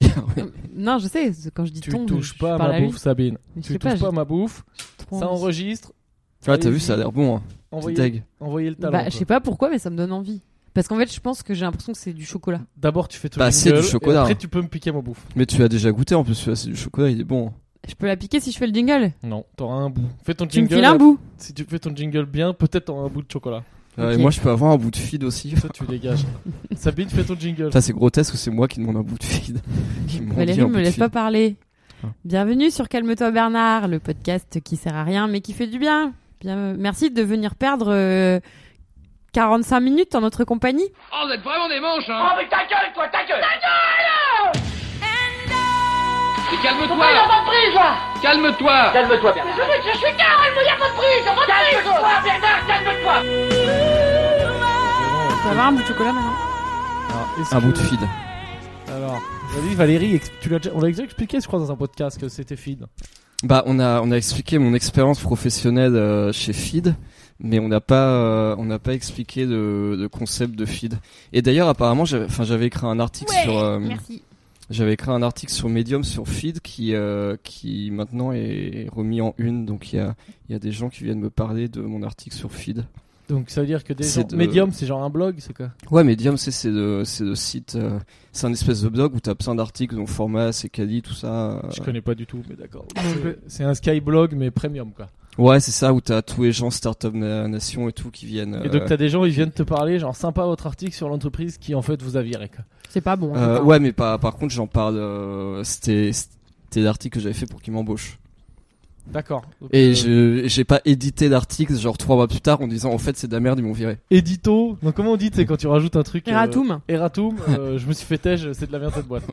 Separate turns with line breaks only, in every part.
Non, je sais, c'est- quand je dis
Tu
ton,
touches
je
pas à
parle
ma
à lui.
bouffe, Sabine.
Mais je
Tu
sais
touches
pas,
pas,
j'ai
à ma bouffe.
trop
Ça
envie.
enregistre.
Ouais, t'as vu,
Allez-y.
ça a l'air bon. Hein. Petit
Envoyez,
tag.
envoyez le talent.
Bah,
quoi.
je sais pas pourquoi, mais ça me donne envie. Parce qu'en fait, je pense que j'ai l'impression que c'est du chocolat.
D'abord, tu fais ton
Bah, c'est du
jingle, et
chocolat.
Après, tu peux me piquer ma bouffe.
Mais tu as déjà goûté en plus, celui-là, c'est du chocolat, il est bon. hein.
Je peux la piquer si je fais le jingle.
Non, t'auras un bout. Fais ton
Tu me
jingle.
files un
et-
bout.
Si tu fais ton jingle bien, peut-être t'auras un bout de chocolat.
Euh, et
Ok.
moi, je peux avoir un bout de feed aussi.
Toi, tu dégages. Sabine, fais ton jingle.
Putain, c'est grotesque, c'est moi qui demande un bout de feed. Qui
euh,
me rendit un
Valérie
bout
me
de
laisse
feed.
pas parler.
Ah.
Bienvenue sur Calme-toi Bernard, le podcast qui sert à rien mais qui fait du bien. Bien, euh, merci de venir perdre euh, 45 minutes en notre compagnie.
Oh, vous êtes vraiment des manches, hein
Oh mais ta gueule toi, ta gueule Ta gueule
Mais
Faut pas y avoir
calme-toi
de prise là
Calme-toi
Calme-toi Bernard Je, je suis calme, il y a pas de prise, y a pas de prise Calme-toi Bernard, calme-toi
On peut avoir un bout de chocolat maintenant
Alors, est-ce
Un
que-
bout de feed.
Alors, vas-y, Valérie, ex- tu l'as déjà- on l'a déjà expliqué, je crois, dans un podcast que c'était feed.
Bah, on a, on a expliqué mon expérience professionnelle euh, chez Feed, mais on n'a pas, euh, on n'a pas expliqué de, de concept de Feed. Et d'ailleurs, apparemment, j'avais, enfin, j'avais écrit un article sur, euh,
Merci.
j'avais écrit un article sur Medium sur Feed qui, euh, qui maintenant est remis en une. Donc il y a, il y a des gens qui viennent me parler de mon article sur Feed.
Donc, ça veut dire que des
C'est
gens-
de-
Medium, c'est genre un blog, c'est quoi
Ouais, Medium, c'est, c'est de, c'est de site, euh, c'est un espèce de blog où t'as plein d'articles, dont format, c'est quali, tout ça. euh,
Je connais pas du tout, mais d'accord. C'est- C'est un skyblog, mais premium, quoi.
Ouais, c'est ça, où t'as tous les gens Startup Na- Nation et tout qui viennent.
Et
euh,
donc, t'as des gens, ils viennent te parler, genre, sympa votre article sur l'entreprise qui, en fait, vous a viré, quoi.
C'est pas bon.
euh,
hein.
ouais, mais pas, par contre, j'en parle. euh, c'était c'était l'article que j'avais fait pour qu'ils m'embauchent.
D'accord. Donc,
Et
euh,
je j'ai pas édité l'article, genre trois mois plus tard, en disant en fait, c'est de la merde, ils m'ont viré.
Édito. Donc, comment on dit, c'est quand tu rajoutes un truc. euh,
Erratum.
Erratum, euh, je me suis fait tèche, c'est de la merde cette boîte.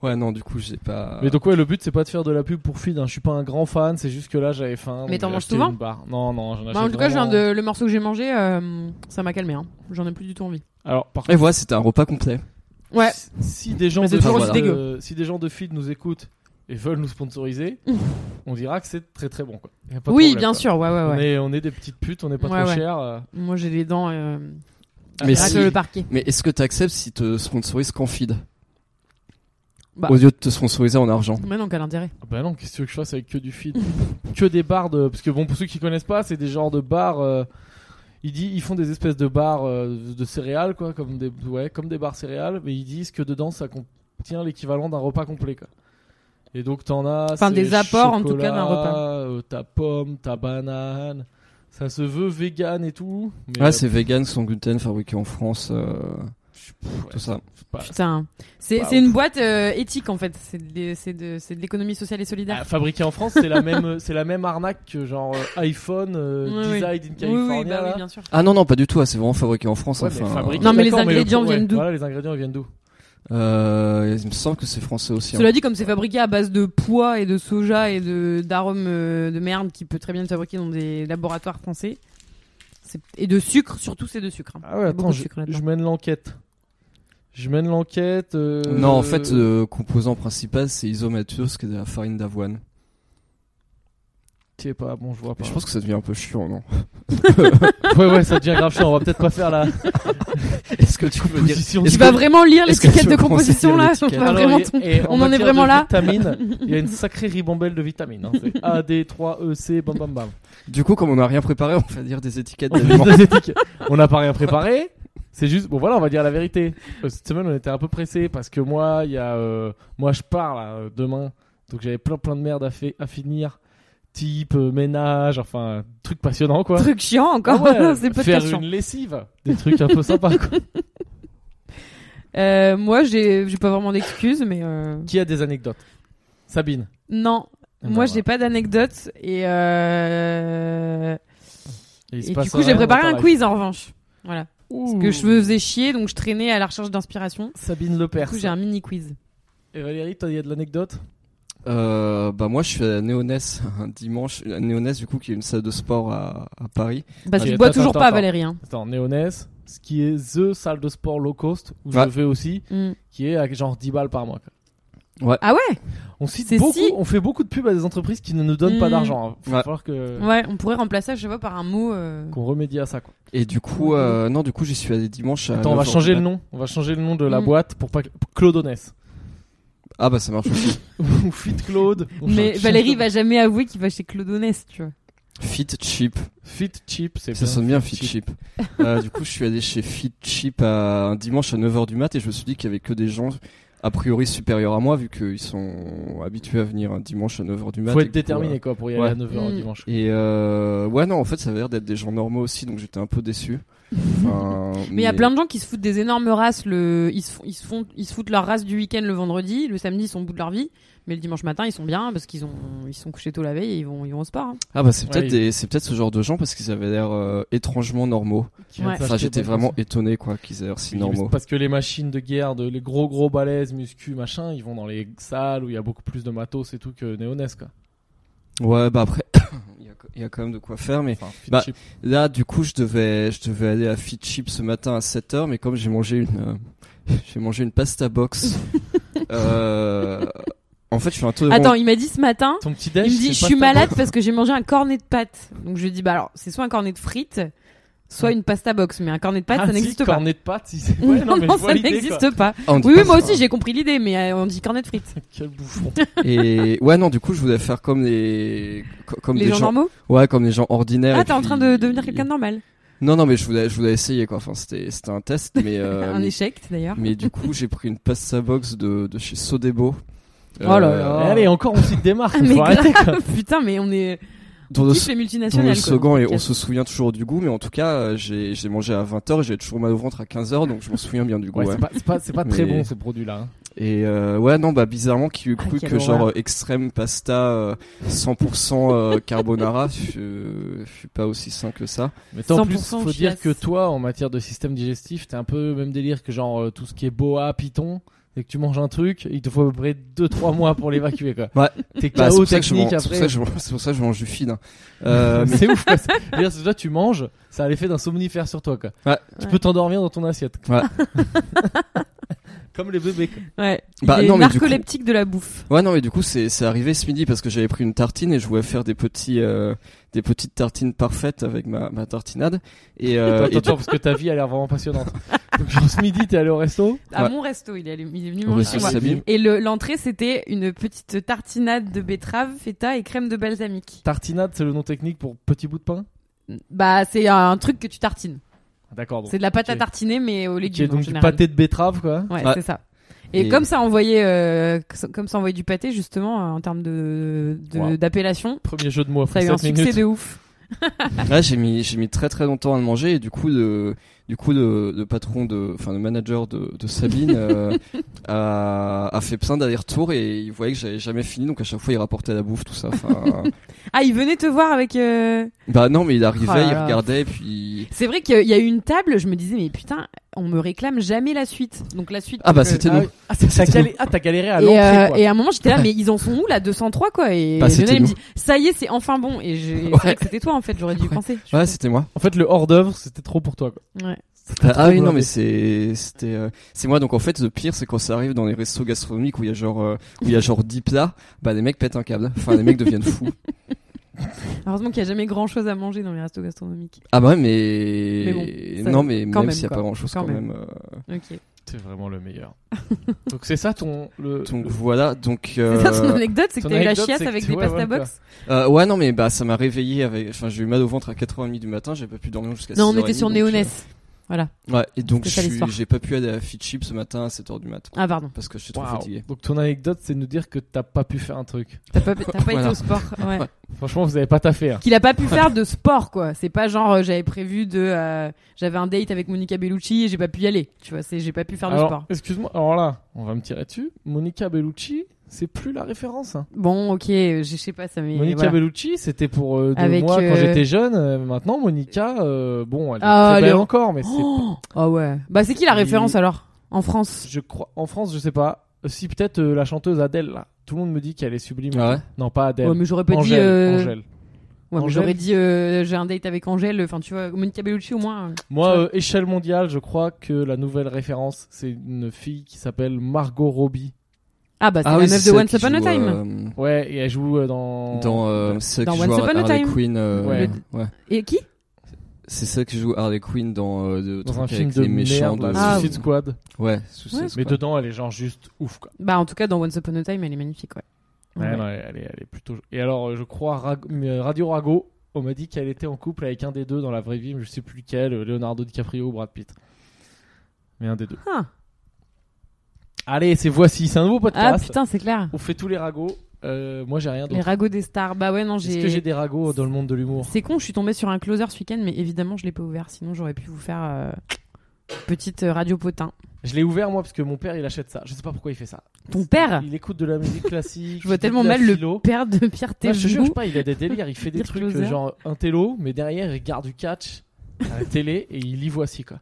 Ouais, non, du coup, j'ai pas.
Mais donc ouais, le but c'est pas de faire de la pub pour feed. Hein. Je suis pas un grand fan, c'est juste que là j'avais faim.
Mais
donc
t'en
j'ai
manges
acheté
souvent
une barre. Non non, j'en achète.
Bah, en tout cas, je viens
vraiment-
de le morceau que j'ai mangé, euh, ça m'a calmé. hein. J'en ai plus du tout envie.
Alors par
Et
contre,
voilà, c'était un repas complet.
Ouais.
si- si des gens
Mais c'est
de
toujours
feed,
aussi dégueu.
euh, si des gens de feed nous écoutent et veulent nous sponsoriser, on dira que c'est très très bon quoi. Y a pas de
Oui,
problème,
bien
quoi.
sûr. Ouais, ouais,
On
ouais.
est on est des petites putes, on est pas
Ouais,
trop
ouais.
cher. euh.
Moi, j'ai les dents. Euh,
Ah, Mais
gratte
si-
le parquet.
Mais est-ce que t'acceptes si te sponsorisent qu'en feed
Bah.
Au lieu de te sponsoriser en argent.
Mais non, quel intérêt
Ah Bah non, qu'est-ce que tu veux que je fasse avec que du feed Que des bars de. Parce que bon, pour ceux qui connaissent pas, c'est des genres de bars. euh, Ils, disent, ils font des espèces de bars euh, de céréales, quoi, comme des, ouais, comme des bars céréales, mais ils disent que dedans ça contient l'équivalent d'un repas complet, quoi. Et donc t'en as.
Enfin,
c'est
des apports, en tout cas, d'un
chocolat,
repas.
euh, ta pomme, ta banane. Ça se veut vegan et tout. Mais
Ouais,
euh,
c'est vegan, sans gluten, fabriqué en France, euh,
pff,
tout
ouais,
ça.
c'est pas-
Putain. C'est
Bah,
c'est une boîte euh, éthique, en fait. C'est de, c'est de, c'est de l'économie sociale et solidaire.
Ah, fabriqué en France, c'est la même, c'est la même arnaque que genre euh, iPhone, euh,
Oui, oui.
Design in
oui,
California.
oui, bah oui,
là.
bien sûr.
Ah non, non, pas du tout, ah, c'est vraiment fabriqué en France. hein,
Ouais,
enfin,
mais fabriqué,
Non, mais les
d'accord, le
ingrédients
pro-
viennent d'où
Voilà, les ingrédients ils viennent d'où
euh, il me semble que c'est français aussi. hein.
Cela dit, comme c'est fabriqué à base de pois et de soja et de d'arômes euh, de merde qui peut très bien être fabriqué dans des laboratoires français, c'est- et de sucre, surtout c'est de sucre. hein.
Ah ouais,
attends,
attends,
Beaucoup de
je,
je- sucre là-dedans.
mène l'enquête. Je mène l'enquête. euh,
Non, en fait, le composant principal, c'est isomature, ce qui est de la farine d'avoine.
Je sais pas, bon, je vois pas.
Mais Je pense que ça devient un peu chiant, non
ouais, ouais, ça devient grave chiant. On va peut-être pas faire la
Est-ce que tu peux dire
position.
Est-ce
Tu
que-
vas vraiment lire
est-ce que
l'étiquette
tu
de
veux commencer à
composition
lire
là On
l'étiquette
va vraiment
et-
tomber-
et en
on en est
matière
vraiment
de
là.
vitamines, il y a une sacrée ribambelle de vitamines. hein. C'est A, D, 3, E, C, bam bam bam.
Du coup, comme on n'a rien préparé, on va dire des étiquettes
On
d'aliments.
fait des étiquettes. On n'a pas rien préparé. C'est juste, bon voilà, on va dire la vérité. Euh, Cette semaine, on était un peu pressé parce que moi, il y a, euh, moi, je pars là euh, demain, donc j'avais plein plein de merde à, fait, à finir, type euh, ménage, enfin, truc passionnant quoi.
Truc chiant encore,
Ah ouais,
c'est pas
faire une lessive, des trucs un peu sympas. quoi.
Euh, moi, j'ai j'ai pas vraiment d'excuses, mais euh,
Qui a des anecdotes Sabine.
non.
Ah
Moi,
bah,
j'ai pas d'anecdote et, euh,
voilà. Il se
et
passe
du coup, j'ai
rien
préparé
dans
un
ta
quiz en revanche. Voilà.
life.
Parce que je me faisais chier, donc je traînais à la recherche d'inspiration.
Sabine
Du
Lepers.
coup, j'ai un mini quiz.
Et Valérie, toi, il y a de l'anecdote
Euh, bah moi, je suis à Néonès un dimanche. À Néonès, du coup, qui est une salle de sport à, à Paris.
Parce
Ok,
qu'il boit
attends,
Bah, toujours
attends,
pas,
attends.
Valérie. hein.
Attends, Néonès, ce qui est The salle de sport low cost, où
Ouais.
je vais aussi,
Mm.
qui est à genre 10 balles par mois. quoi.
Ah ouais
On cite
C'est
beaucoup,
si-
on fait beaucoup de pubs à des entreprises qui ne nous donnent pas
Mm.
d'argent. hein. Faut
Ouais.
falloir que
Ouais, on pourrait remplacer, je sais pas, par un mot. euh,
qu'on remédie à ça. Quoi.
Et du coup, euh, non, du coup, j'y suis allé dimanche. à
Attends, on va
9 heures
changer
du
le
mat.
nom. On va changer le nom de la
Mm.
boîte pour pas que- pour Claudonès.
Ah bah ça marche aussi.
ou fit Claude. ou
Mais
fit-
Valérie va jamais avouer qu'il va chez Claude Honest, tu vois.
Fit cheap.
Fit cheap, c'est
Ça
Eh bien.
sonne bien, Fit Cheap. Euh, du coup, je suis allé chez Fit Cheap à, un dimanche à 9h du mat et je me suis dit qu'il y avait que des gens a priori supérieurs à moi vu qu'ils sont habitués à venir un dimanche à 9h du mat.
Faut
et
être
que, euh,
déterminé quoi pour y aller
Ouais.
à 9h
Mm.
dimanche.
Et euh, ouais, non, en fait, ça avait l'air d'être des gens normaux aussi, donc j'étais un peu déçu. Enfin,
Mais il y a plein de gens qui se foutent des énormes races. Le... Ils, se font... Ils, se font... ils se foutent leur race du week-end le vendredi. Le samedi, ils sont au bout de leur vie. Mais le dimanche matin, ils sont bien parce qu'ils ont... ils sont couchés tôt la veille et ils vont, ils vont au sport. hein.
Ah bah c'est peut-être
Ouais.
des- c'est peut-être ce genre de gens parce qu'ils avaient l'air euh, étrangement normaux.
Qui viennent
Ouais.
Enfin,
s'acheter
j'étais
des-
vraiment étonné quoi qu'ils aient l'air si
Oui, mais
normaux.
c'est Parce que les machines de guerre, de, les gros gros balaises, muscu, machin, ils vont dans les salles où il y a beaucoup plus de matos et tout que Néonès quoi.
Ouais, bah après, il y a- il y a quand même de quoi faire, mais.
Enfin, fit
Bah,
cheap.
Là, du coup, je devais, je devais aller à Fit Chip ce matin à 7h, mais comme j'ai mangé une, euh, j'ai mangé une pasta box, euh, en fait, je suis un taux de
Attends, il m'a dit ce matin.
Ton petit déj,
Il me dit,
c'est
je
pas
suis
ta-
malade parce que j'ai mangé un cornet de pâtes. Donc je lui dis, bah alors, c'est soit un cornet de frites, soit une pasta box. Mais un cornet de pâtes,
Ah,
ça
si,
n'existe pas.
Cornet de pâtes, si c'est- ouais, non, mais je vois
ça
l'idée, quoi.
n'existe pas.
Ah, on dit
Oui,
pas
oui, moi
ça.
aussi, j'ai compris l'idée, mais euh, on dit cornet de frites.
Quel bouffon.
Et ouais, non, du coup, je voulais faire comme les, co- comme
Les
des
gens, normaux
ouais, comme les gens ordinaires.
Ah,
et
t'es en
puis-
train de devenir quelqu'un de normal.
Non, non, mais je voulais, je voulais essayer quoi. Enfin, c'était, c'était un test, mais, euh,
Un
mais,
échec, d'ailleurs.
mais du coup, j'ai pris une pasta box de, de chez Sodebo.
Oh là
euh,
là. Allez, encore on s'y démarque.
Ah, mais
faut arrêter, quoi.
grave, putain, mais on est.
dont le-
Toutes les
Dont
multinationales.
le
quoi,
second
dans ce
et on
podcast.
se souvient toujours du goût, mais en tout cas, euh, j'ai j'ai mangé à 20h et j'ai toujours mal au ventre à 15h, donc je m'en souviens bien du goût.
Ouais,
ouais.
C'est pas, c'est pas, c'est pas très
Mais-
bon ce produit là.
Et euh, ouais, non, bah bizarrement, qui eût
Ah,
cru
quelle
que genre
horreur.
euh, extrême pasta euh, 100% euh, carbonara, je je suis pas aussi sain que ça.
Mais en plus,
100%
faut dire
chiasse.
que toi, en matière de système digestif, t'es un peu le même délire que genre euh, tout ce qui est boa, python, et que tu manges un truc, il te faut à peu près 2-3 mois pour l'évacuer quoi.
Ouais.
T'es
Bah, c'est
KO
pour ça que je mange-
technique
c'est pour ça
après.
que je mange- c'est pour ça que je mange du feed. hein. Euh, mais-
c'est ouf quoi. C'est-à-dire, c'est toi, tu manges, ça a l'effet d'un somnifère sur toi quoi.
Ouais.
Tu
Ouais.
peux t'endormir dans ton assiette.
Ouais.
Comme les bébés quoi.
euh, Ouais.
Bah,
il est
non, mais du
narcoleptique de la bouffe.
Ouais non mais du coup c'est c'est arrivé ce midi parce que j'avais pris une tartine et je voulais faire des petits euh, des petites tartines parfaites avec ma, ma tartinade et, euh,
Attends,
et
attends, parce que ta vie a l'air vraiment passionnante. Donc, genre, ce midi, t'es allé au resto.
À
Ouais.
mon resto, il est, allé- il est venu
Au
manger
resto
chez moi.
Sabine.
Et le- l'entrée, c'était une petite tartinade de betterave, feta et crème de balsamique.
Tartinade, c'est le nom technique pour petit bout de pain.
Bah, c'est un truc que tu tartines.
D'accord. Bon.
C'est de la pâte à
Ok.
tartiner, mais aux
Qui est
légumes. en
donc du
général.
pâté Ah. de betterave quoi.
Ouais,
Ouais.
c'est ça. Et,
Et-
comme ça envoyait, euh, comme ça envoyait du pâté justement euh, en termes de de-
Wow.
d'appellation,
Premier jeu de mots
ça a
après
eu un
7
succès
minutes.
de ouf.
Là, j'ai mis, j'ai mis très très longtemps à le manger et du coup, le, du coup, le, le patron de, enfin, le manager de, de Sabine euh, a, a fait plein d'allers-retours et il voyait que j'avais jamais fini, donc à chaque fois, il rapportait la bouffe, tout ça. Enfin,
Ah, il venait te voir avec. euh,
bah non, mais il arrivait,
Oh là
il
là.
regardait, et puis.
C'est vrai qu'il y a eu une table. Je me disais mais putain, on me réclame jamais la suite. Donc la suite.
Ah bah
donc, euh,
c'était
Ah
nous.
oui. Ah, t'as- t'as
C'était
galé- ah, t'as galéré à
Et, euh,
l'entrée quoi.
et à un moment j'étais là mais ils en sont où là 203 quoi et
Bah,
Lionel,
c'était
il me
nous.
dit ça y est c'est enfin bon et j'ai- c'est vrai que c'était toi en fait j'aurais dû y penser
Ouais, c'était moi.
En fait, le hors d'œuvre, c'était trop pour toi quoi.
Ouais.
Ah, ah oui,
blindé.
non, mais c'est, c'était, euh, c'est moi. Donc en fait, le pire, c'est quand ça arrive dans les restos gastronomiques où il y a genre, euh, où il y a genre 10 plats, bah les mecs pètent un câble. Enfin, les mecs deviennent fous.
heureusement qu'il y a jamais grand chose à manger dans les restos gastronomiques
Ah bah ouais, mais,
Mais bon, ça-
non, mais
quand
même
même,
s'il y a
quoi.
pas grand chose
Quand
quand,
même.
même euh,
ok
C'est vraiment le meilleur. Donc c'est ça ton le,
Donc
le-
voilà, donc
c'est ça ton
euh,
anecdote c'est que
ton
t'as eu la
anecdote,
chiasse
c'est que
avec
tu-
des
ouais,
pasta
voilà,
box
euh, ouais non mais bah ça m'a réveillé avec enfin j'ai eu mal au ventre à 4h30 du matin, j'ai pas pu dormir jusqu'à 6h30.
Non, on était sur
donc,
Néoness. Voilà.
euh, ouais, et donc
C'était
je
ça,
suis-
l'histoire.
j'ai pas pu aller à Fit Chip ce matin à 7h du matin
Ah, pardon.
parce que je suis trop
Waouh.
fatigué.
Donc ton anecdote, c'est de nous dire que t'as pas pu faire un truc.
T'as pas, t'as pas été
Voilà.
au sport. Ouais.
Franchement, vous avez pas taffé. Hein.
Qu'il a pas pu faire de sport, quoi. C'est pas genre, euh, j'avais prévu de. euh, j'avais un date avec Monica Bellucci et j'ai pas pu y aller. Tu vois, c'est j'ai pas pu faire de
Alors,
sport.
excuse-moi. Alors là, on va me tirer dessus. Monica Bellucci, c'est plus la référence. hein.
Bon, ok, je sais pas, ça m'est.
Monica
voilà.
Bellucci, c'était pour euh, deux
Avec,
mois quand
euh,
j'étais jeune. Euh, maintenant, Monica, euh, bon, elle est
Ah,
très
elle
belle
est-
encore, mais c'est
Oh, Ah ouais. Bah, c'est qui la référence
Il-
alors En France
Je crois en France, je sais pas. Si peut-être euh, la chanteuse Adèle là. Tout le monde me dit qu'elle est sublime.
Ah ouais
Non, pas Adèle.
Ouais, mais j'aurais pas dit.
Angèle,
euh,
Angèle.
ouais, mais
Angèle.
j'aurais dit, euh, j'ai un date avec Angèle. Enfin, tu vois, Monica Bellucci au moins. euh,
Moi,
tu vois.
euh, échelle mondiale, je crois que la nouvelle référence, c'est une fille qui s'appelle Margot Robbie.
Ah, bah, c'est la
oui,
meuf
c'est
de
celle
Once
qui
Upon a
joue,
Time.
euh,
Ouais, et elle joue euh, dans.
dans euh, celle
Dans
qui
Once
joue à
Upon a
Harley
Time.
Quinn euh,
Ouais.
ouais.
Et qui
C'est celle qui joue Harley Quinn dans, euh, de-
Dans
truc
un film
avec
de
les méchants
merde, là,
de
Ah,
Suicide Squad.
Ouais, Suicide
Ouais,
Mais
Squad.
dedans, elle est genre juste ouf, quoi.
Bah, en tout cas, dans Once Upon a Time, elle est magnifique, ouais.
Ouais,
Ouais.
non, elle, est, elle est plutôt. Et alors, euh, je crois, Rag- euh, Radio Rago, on m'a dit qu'elle était en couple avec un des deux dans la vraie vie, mais je sais plus lequel, euh, Leonardo DiCaprio ou Brad Pitt. Mais un des deux.
Ah.
Allez, c'est voici, c'est un nouveau
Ah,
podcast.
putain, c'est clair.
on fait tous les ragots. Euh, moi, j'ai rien
Les
d'autre.
ragots des stars. Bah ouais, non,
Est-ce que j'ai
j'ai.
des ragots dans le monde de l'humour
C'est con, je suis tombée sur un closer ce week-end, mais évidemment, je l'ai pas ouvert. Sinon, j'aurais pu vous faire euh, petite euh, radio potin.
Je l'ai ouvert, moi, parce que mon père, il achète ça. Je sais pas pourquoi il fait ça.
Ton père
Il écoute de la musique classique.
Je vois
il
tellement
écoute de
mal
la
le
philo.
père de Pierre
Ouais, je te jure, je sais
Téjou.
pas, il a des délires, il fait des
Dire
trucs euh,
closer.
genre un télo, mais derrière il regarde du catch à la télé et il y voici quoi.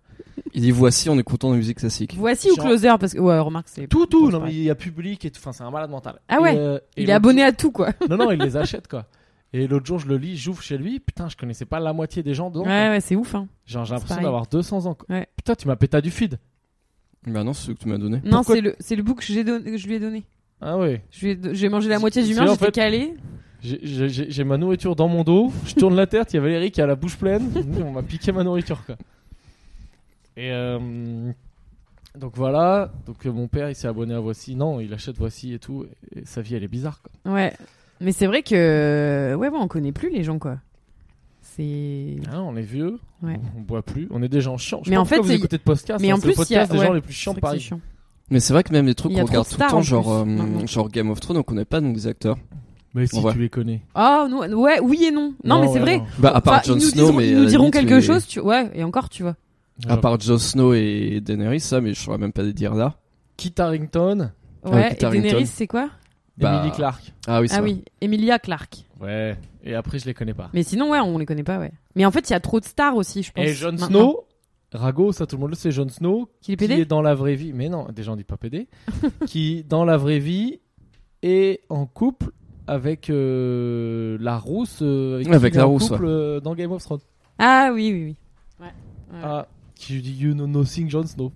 Il dit voici, on est content de musique classique.
Voici ou
Genre-
closer parce que ouais, remarque c'est.
Tout, tout,
c'est
non mais
pareil.
il y a public et tout, enfin c'est un malade mental.
Ah
Et,
ouais,
euh, et
Il est
l'autre-
abonné à tout quoi.
Non, non, il les achète quoi. Et l'autre jour je le lis, j'ouvre chez lui, putain, je connaissais pas la moitié des gens dedans.
Ouais,
quoi.
ouais, c'est ouf. Hein.
Genre j'ai l'impression
pareil.
d'avoir 200 ans quoi.
Ouais.
Putain, tu m'as pété du feed.
Mm.
Bah non, c'est ce que tu m'as donné.
Non,
Pourquoi-
c'est le c'est le book que j'ai don- que je lui ai donné.
Ah ouais,
Je lui ai do- J'ai mangé la
C'est-
moitié du
c'est
mien,
en
j'étais
fait-
calé.
J'ai- j'ai j'ai- j'ai ma nourriture dans mon dos, je tourne la tête, il y a Valérie qui a la bouche pleine, on m'a piqué ma nourriture quoi. Et euh, donc voilà, donc euh, mon père il s'est abonné à Voici, non il achète Voici et tout, et, et sa vie elle est bizarre quoi.
Ouais. Mais c'est vrai que ouais, bon, on connaît plus les gens quoi. C'est
Hein, on est vieux,
Ouais.
on, on boit plus, on est des gens chiants. Je sais
Mais
pas
en fait,
pourquoi
il
vous
y-
écoutez de podcast,
mais
hein,
en
c'est le
plus, il y a-
podcast des gens
ouais,
les plus chiants
c'est
de
vrai que c'est
Paris.
chiant.
Mais c'est vrai que même les trucs
Il y a
qu'on
trop de
regarde tout le
stars, en
temps, genre,
plus, Mm,
euh,
maintenant.
genre Game of Thrones, on connaît pas donc des acteurs.
Mais si
Ouais.
tu les connais.
Ah non, ouais, oui et non. Non, mais c'est
ouais,
vrai.
non.
Bah à part
Enfin,
Jon
ils nous
Snow,
diront,
mais
ils
à
nous
la
diront
limite,
quelque
mais-
chose, tu ouais, et encore tu vois.
À
Genre
part Jon Snow et Daenerys, ça, mais je saurais même pas les dire là.
Kit Harington,
Ah ouais,
Ouais, et
Kit Harington.
Daenerys, c'est quoi
Bah,
Emily Clark.
Ah oui, c'est
Ah
vrai.
oui, Emilia Clarke.
Ouais, et après je les connais pas.
Mais sinon ouais, on les connaît pas ouais. Mais en fait, il y a trop de stars aussi, je pense.
Et Jon
maintenant.
Snow, Rago, ça tout le monde le sait, Jon Snow,
Qu'il est
qui
pédé
est dans la vraie vie, mais non, déjà on dit pas PD, qui dans la vraie vie est en couple avec euh, la rousse, euh, qui
Avec
il est
la
en
rousse,
couple, euh, dans Game of Thrones,
Ah oui, oui, oui. Ouais. Ouais.
ah, qui lui dit You know nothing, Jon Snow.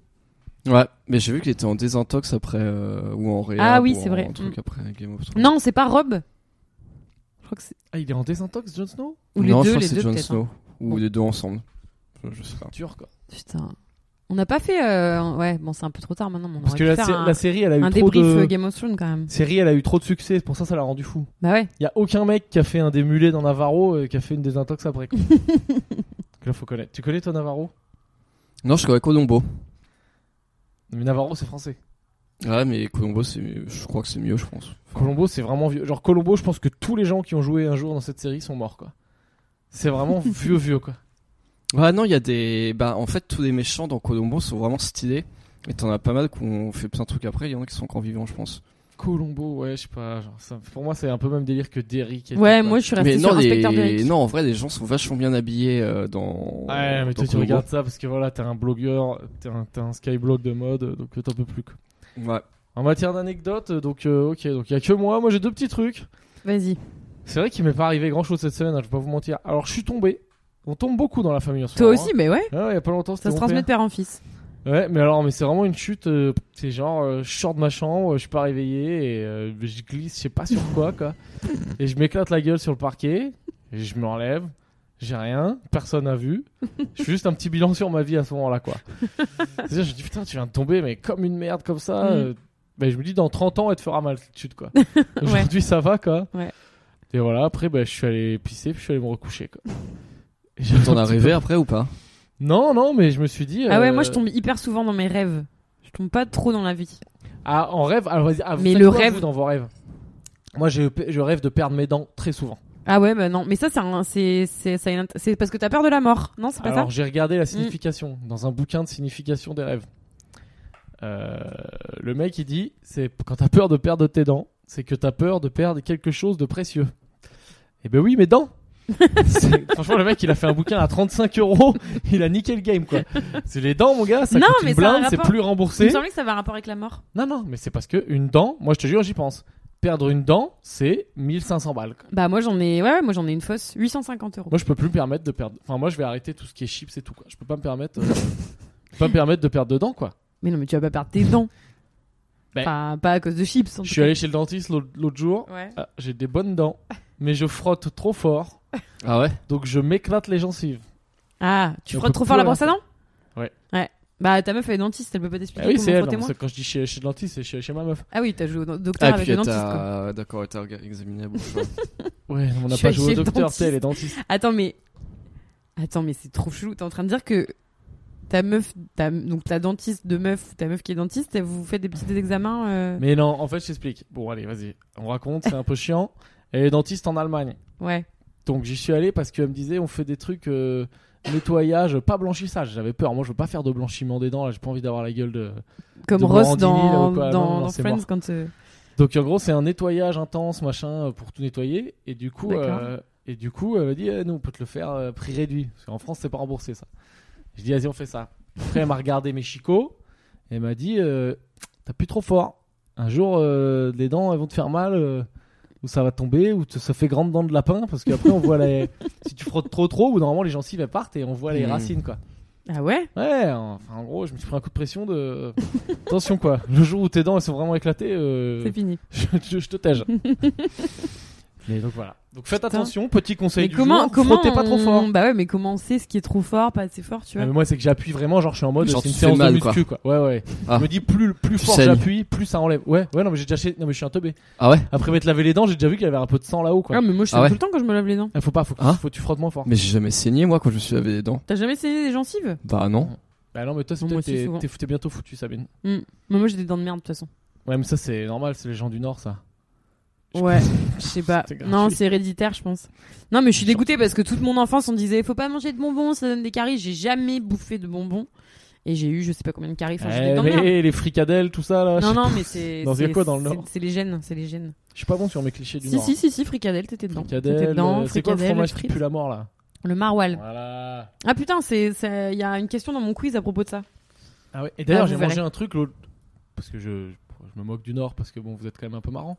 Ouais, mais j'ai vu qu'il était en désintox après, euh, ou en réa.
Ah oui, c'est vrai.
truc
Mm.
après Game of Thrones.
Non, c'est pas Rob. Je crois que c'est
Ah, il est en désintox, Jon Snow
ou les
Non, je
deux,
crois
les
que c'est
deux
Jon
peut-être. hein.
Snow. Ou
Bon.
les deux ensemble. Je- Je sais pas.
Dur quoi.
Putain. On n'a pas fait euh, ouais, bon c'est un peu trop tard maintenant, mais on
Parce
aurait
que
pu
la, sé-
faire un,
la série, elle a eu
un
trop
débrief euh,
de.
Game of Thrones quand même.
Série, elle a eu trop de succès, c'est pour ça que ça l'a rendu fou.
Bah ouais.
Il y a aucun mec qui a fait un démulé dans Navarro et qui a fait une désintox après. quoi. Donc là, faut connaître. Tu connais toi Navarro
Non, je connais Colombo.
Mais Navarro, c'est français.
Ouais, mais Colombo, c'est, je crois que c'est mieux, je pense.
Colombo, c'est vraiment vieux. Genre, Colombo, je pense que tous les gens qui ont joué un jour dans cette série sont morts, quoi. C'est vraiment vieux, vieux, quoi.
Ouais, non, il y a des. Bah, en fait, tous les méchants dans Colombo sont vraiment stylés. Et t'en as pas mal qu'on fait plein de trucs après. Il y en a qui sont encore vivants, je pense.
Colombo, ouais, je sais pas. genre, ça- pour moi, c'est un peu même délire que Derrick. et tout,
Ouais,
quoi.
moi je suis
Mais
restée
non,
sur
les...
Inspecteur Derrick.
non, en vrai, les gens sont vachement bien habillés euh, dans.
Ouais, mais
dans
toi, tu
Columbo.
regardes ça parce que voilà, t'es un blogueur, t'es un, t'es un skyblog de mode, donc euh, t'en peux plus, quoi.
Ouais.
En matière d'anecdotes, euh, donc, euh, ok, donc il y a que moi. Moi, j'ai deux petits trucs.
Vas-y.
C'est vrai qu'il m'est pas arrivé grand chose cette semaine, hein, je vais pas vous mentir. Alors, je suis tombé. On tombe beaucoup dans la famille en ce
Toi
moment,
aussi, mais ouais.
hein. Ouais, ouais, il y a pas longtemps, c'était
Ça se
mon
transmet
père.
de père en fils.
Ouais, mais alors, mais c'est vraiment une chute. euh, c'est genre, euh, je sors de ma chambre, je suis pas réveillé et euh, je glisse, je sais pas sur quoi, quoi. Et je m'éclate la gueule sur le parquet. Et je me relève. J'ai rien, personne n'a vu. Je fais juste un petit bilan sur ma vie à ce moment-là, quoi. C'est-à-dire, je me dis, putain, tu viens de tomber, mais comme une merde comme ça.
Mm.
euh, ben, je me dis, dans 30 ans, elle te fera mal cette chute, quoi.
Ouais.
Aujourd'hui, ça va, quoi.
Ouais.
Et voilà, après, ben, je suis allé pisser, puis je suis allé me recoucher, quoi. Et j'ai
T'en
un
as
petit
rêvé
peu-
après ou pas
Non, non, mais je me suis dit.
Ah ouais,
euh,
moi je tombe hyper souvent dans mes rêves. Je tombe pas trop dans la vie.
Ah, en rêve alors, vas-y, ah, vous
Mais
faites
le
quoi,
rêve-
vous, dans vos rêves Moi, je, je rêve de perdre mes dents très souvent.
Ah ouais, bah non. Mais ça, c'est un- c'est c'est ça a une int- c'est parce que t'as peur de la mort. Non, c'est pas
Alors,
ça
j'ai regardé la signification dans un bouquin de signification des rêves. Euh, le mec, il dit c'est quand t'as peur de perdre tes dents, c'est que t'as peur de perdre quelque chose de précieux. Eh ben oui, mes dents C'est- Franchement, le mec, il a fait un bouquin à 35 euros, il a niqué le game, quoi. C'est les dents, mon gars, ça
Non,
coûte une
mais ça a un
blinde, c'est
rapport-
plus
Il me
remboursé.
semblait que ça avait un rapport avec la mort.
Non, non, mais c'est parce que une dent, moi, je te jure, j'y pense. Perdre une dent, c'est 1500 balles, quoi.
Bah moi j'en ai, ouais, ouais, moi j'en ai une fausse, 850 euros.
Moi, je peux plus me permettre de perdre. Enfin, moi, je vais arrêter tout ce qui est chips et tout. Quoi. Je peux pas me permettre, euh, je peux pas me permettre de perdre dedans, quoi.
Mais non, mais tu vas pas perdre tes dents.
Ben.
Enfin, pas à cause de chips. en
Je
tout
suis
cas.
allé chez le dentiste l'autre l'autre jour.
Ouais.
Ah, J'ai des bonnes dents, mais je frotte trop fort,
Ah ouais
donc je m'éclate les gencives.
Ah, tu
Et on
frottes
peut
trop
plus
fort la
aller
brosse à dents
Ouais.
Ouais. Bah, ta meuf, elle est dentiste, elle peut pas
Ah
t'expliquer
oui, c'est
comment
elle.
frotter
non,
moins.
c'est quand je dis chez, chez le dentiste, c'est chez, chez ma meuf.
Ah oui, t'as joué au docteur
Ah,
avec
puis
le
elle
dentiste, quoi.
t'a. D'accord, elle t'a rega- examiné à bout de champ.
Ouais, on n'a
Je
pas
suis
joué
chez le
au docteur, tu
dentiste.
sais, elle est dentiste.
Attends, mais. Attends, mais c'est trop chelou. T'es en train de dire que ta meuf, ta... donc ta dentiste de meuf, ou ta meuf qui est dentiste, elle vous fait des petits examens. euh,
Mais non, en fait, je t'explique. Bon, allez, vas-y, on raconte, c'est un peu chiant. Elle est dentiste en Allemagne.
Ouais.
Donc j'y suis allé parce qu'elle me disait on fait des trucs euh, nettoyage, pas blanchissage. J'avais peur, moi je veux pas faire de blanchiment des dents, là j'ai pas envie d'avoir la gueule de.
Comme
De
Ross
Morandini, là,
dans,
ou quoi.
dans,
Non, non,
dans
c'est
Friends
mort.
quand. euh,
Donc en gros c'est un nettoyage intense machin euh, pour tout nettoyer et du coup
D'accord.
euh, et du coup elle m'a dit eh, nous on peut te le faire euh, prix réduit parce qu'en France c'est pas remboursé ça. Je dis vas-y on fait ça. Après elle m'a regardé mes chicots et elle m'a dit euh, t'appuies trop fort. Un jour euh, les dents elles vont te faire mal. euh, ou ça va tomber, ou te- ça fait grande dent de lapin, parce qu'après on voit les. si tu frottes trop trop, ou normalement les gencives elles partent et on voit les
Mhm.
racines quoi.
Ah ouais
Ouais, enfin en gros, je me suis pris un coup de pression de. Attention quoi, le jour où tes dents elles sont vraiment éclatées, euh,
C'est fini.
je, je- je te tège. Mais donc voilà. Donc faites
Putain.
attention, petit conseil
Mais
du
comment,
jour,
comment
frottez pas trop
on-
fort.
Bah ouais, mais comment on sait ce qui est trop fort, pas assez fort, tu
Ah,
vois
mais moi c'est que j'appuie vraiment, genre je suis en mode
Genre,
c'est une
tu te fais
séance de
mal,
muscu quoi. Ouais ouais.
Ah.
Je me dis plus plus
Tu
fort
saignes.
j'appuie, plus ça enlève. Ouais ouais non mais j'ai déjà chez- non mais je suis un teubé.
Ah ouais
Après m'être lavé les dents, j'ai déjà vu qu'il y avait un peu de sang là-haut quoi.
Ah mais moi je
Ah
sais
ouais.
tout le temps quand je me lave les dents.
Ah, Faut pas, faut que,
Hein
faut que tu frottes moins fort.
Mais j'ai jamais saigné moi quand je me suis lavé les dents.
T'as jamais saigné des gencives
Bah non.
Bah non mais toi c'est
Moi
peut-être
aussi,
t'es-
souvent.
t'es t'es bientôt foutu Sabine.
Mais moi j'ai des dents de merde de toute façon.
Ouais mais ça c'est normal, c'est les gens du Nord ça. Je-
Ouais, je sais pas.
C'était gratuit.
Non, c'est héréditaire, je pense. Non, mais je suis dégoûtée parce que toute mon enfance, on disait faut pas manger de bonbons, ça donne des caries. J'ai jamais bouffé de bonbons et j'ai eu je sais pas combien de caries. Enfin, j'ai des
Eh,
dents de merde.
mais les fricadelles, tout ça là. je
Non,
sais
non,
pas.
mais c'est.
Dans
c'est-
quoi, dans le
c'est-
Nord
C'est les gènes, c'est les gènes.
Je suis pas bon sur mes clichés du
Si,
Nord.
si, si, si, fricadelle, t'étais dedans.
Fricadelle,
T'étais dedans,
euh, c'est quoi le
fricadelle,
fromage qui
frites.
pue la mort là
Le maroilles.
Voilà.
Ah putain, c'est, c'est- il y a une question dans mon quiz à propos de ça.
Ah ouais. Et d'ailleurs,
Ah,
j'ai
vous
mangé
verrez.
un truc l'autre parce que je, je me moque du Nord parce que bon, vous êtes quand même un peu marrant.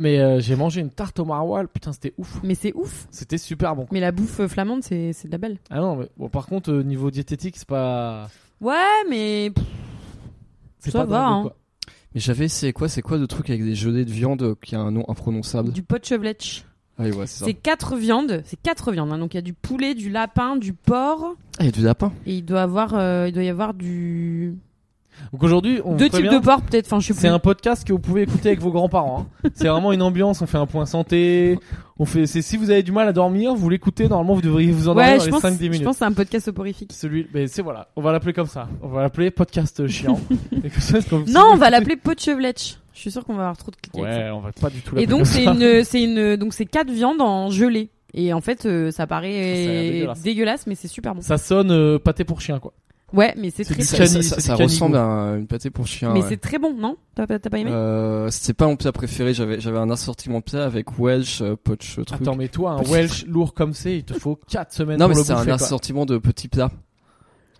Mais euh, j'ai mangé une tarte au maroilles, putain, c'était ouf.
Mais c'est ouf.
C'était super bon.
Mais la bouffe euh, flamande, c'est, c'est de la belle.
Ah non, mais bon, par contre euh, niveau diététique, c'est pas
Ouais, mais. pff,
c'est
Ça
pas
va,
dingue,
hein.
quoi.
Mais j'avais essayé quoi C'est quoi le truc avec des gelées de viande qui a un nom imprononçable
Du pot de chevelette.
Ah oui, ouais, c'est ça.
C'est quatre viandes. C'est quatre viandes. hein. Donc il y a du poulet, du lapin, du porc.
Ah, il y a du lapin.
Et il doit avoir, euh, il doit y avoir du
Donc aujourd'hui, on
deux
prévient,
types de porc peut-être. Enfin, je sais plus.
C'est un podcast que vous pouvez écouter avec vos grands-parents. hein. C'est vraiment une ambiance. On fait un point santé. On fait. C'est si vous avez du mal à dormir, vous l'écoutez. Normalement, vous devriez vous endormir
Ouais,
dans
je
les
pense,
5-10 minutes.
je pense que c'est un podcast soporifique.
Celui, ben c'est voilà, on va l'appeler comme ça. On va l'appeler podcast chiant. Et comme ça, comme-
Non, on va l'appeler pot de chevelette. Je suis sûr qu'on va avoir trop de clics. avec ça.
Ouais, on va pas du tout
Et
l'appeler.
donc
comme
c'est
ça.
une, c'est une, donc c'est quatre viandes en gelée. Et en fait, euh, ça
Ça a
paraît
l'air dégueulasse.
dégueulasse, mais c'est super bon.
Ça sonne euh, pâté pour chien quoi.
Ouais, mais c'est
C'est
très,
du
Ça,
cani-
ça-
c'est
ça-
du
ça
caniveau.
ressemble à un- une pâté pour chien.
mais
ouais.
c'est très bon, non T'as pas, t'as pas aimé
Euh, C'était pas mon plat préféré. J'avais j'avais un assortiment de plats avec Welsh, euh, poach, truc.
Attends, mais toi, un
Petit-
Welsh lourd comme c'est, il te faut 4 semaines
non, mais
pour le
c'est
bouffer.
un
quoi.
assortiment de petits plats.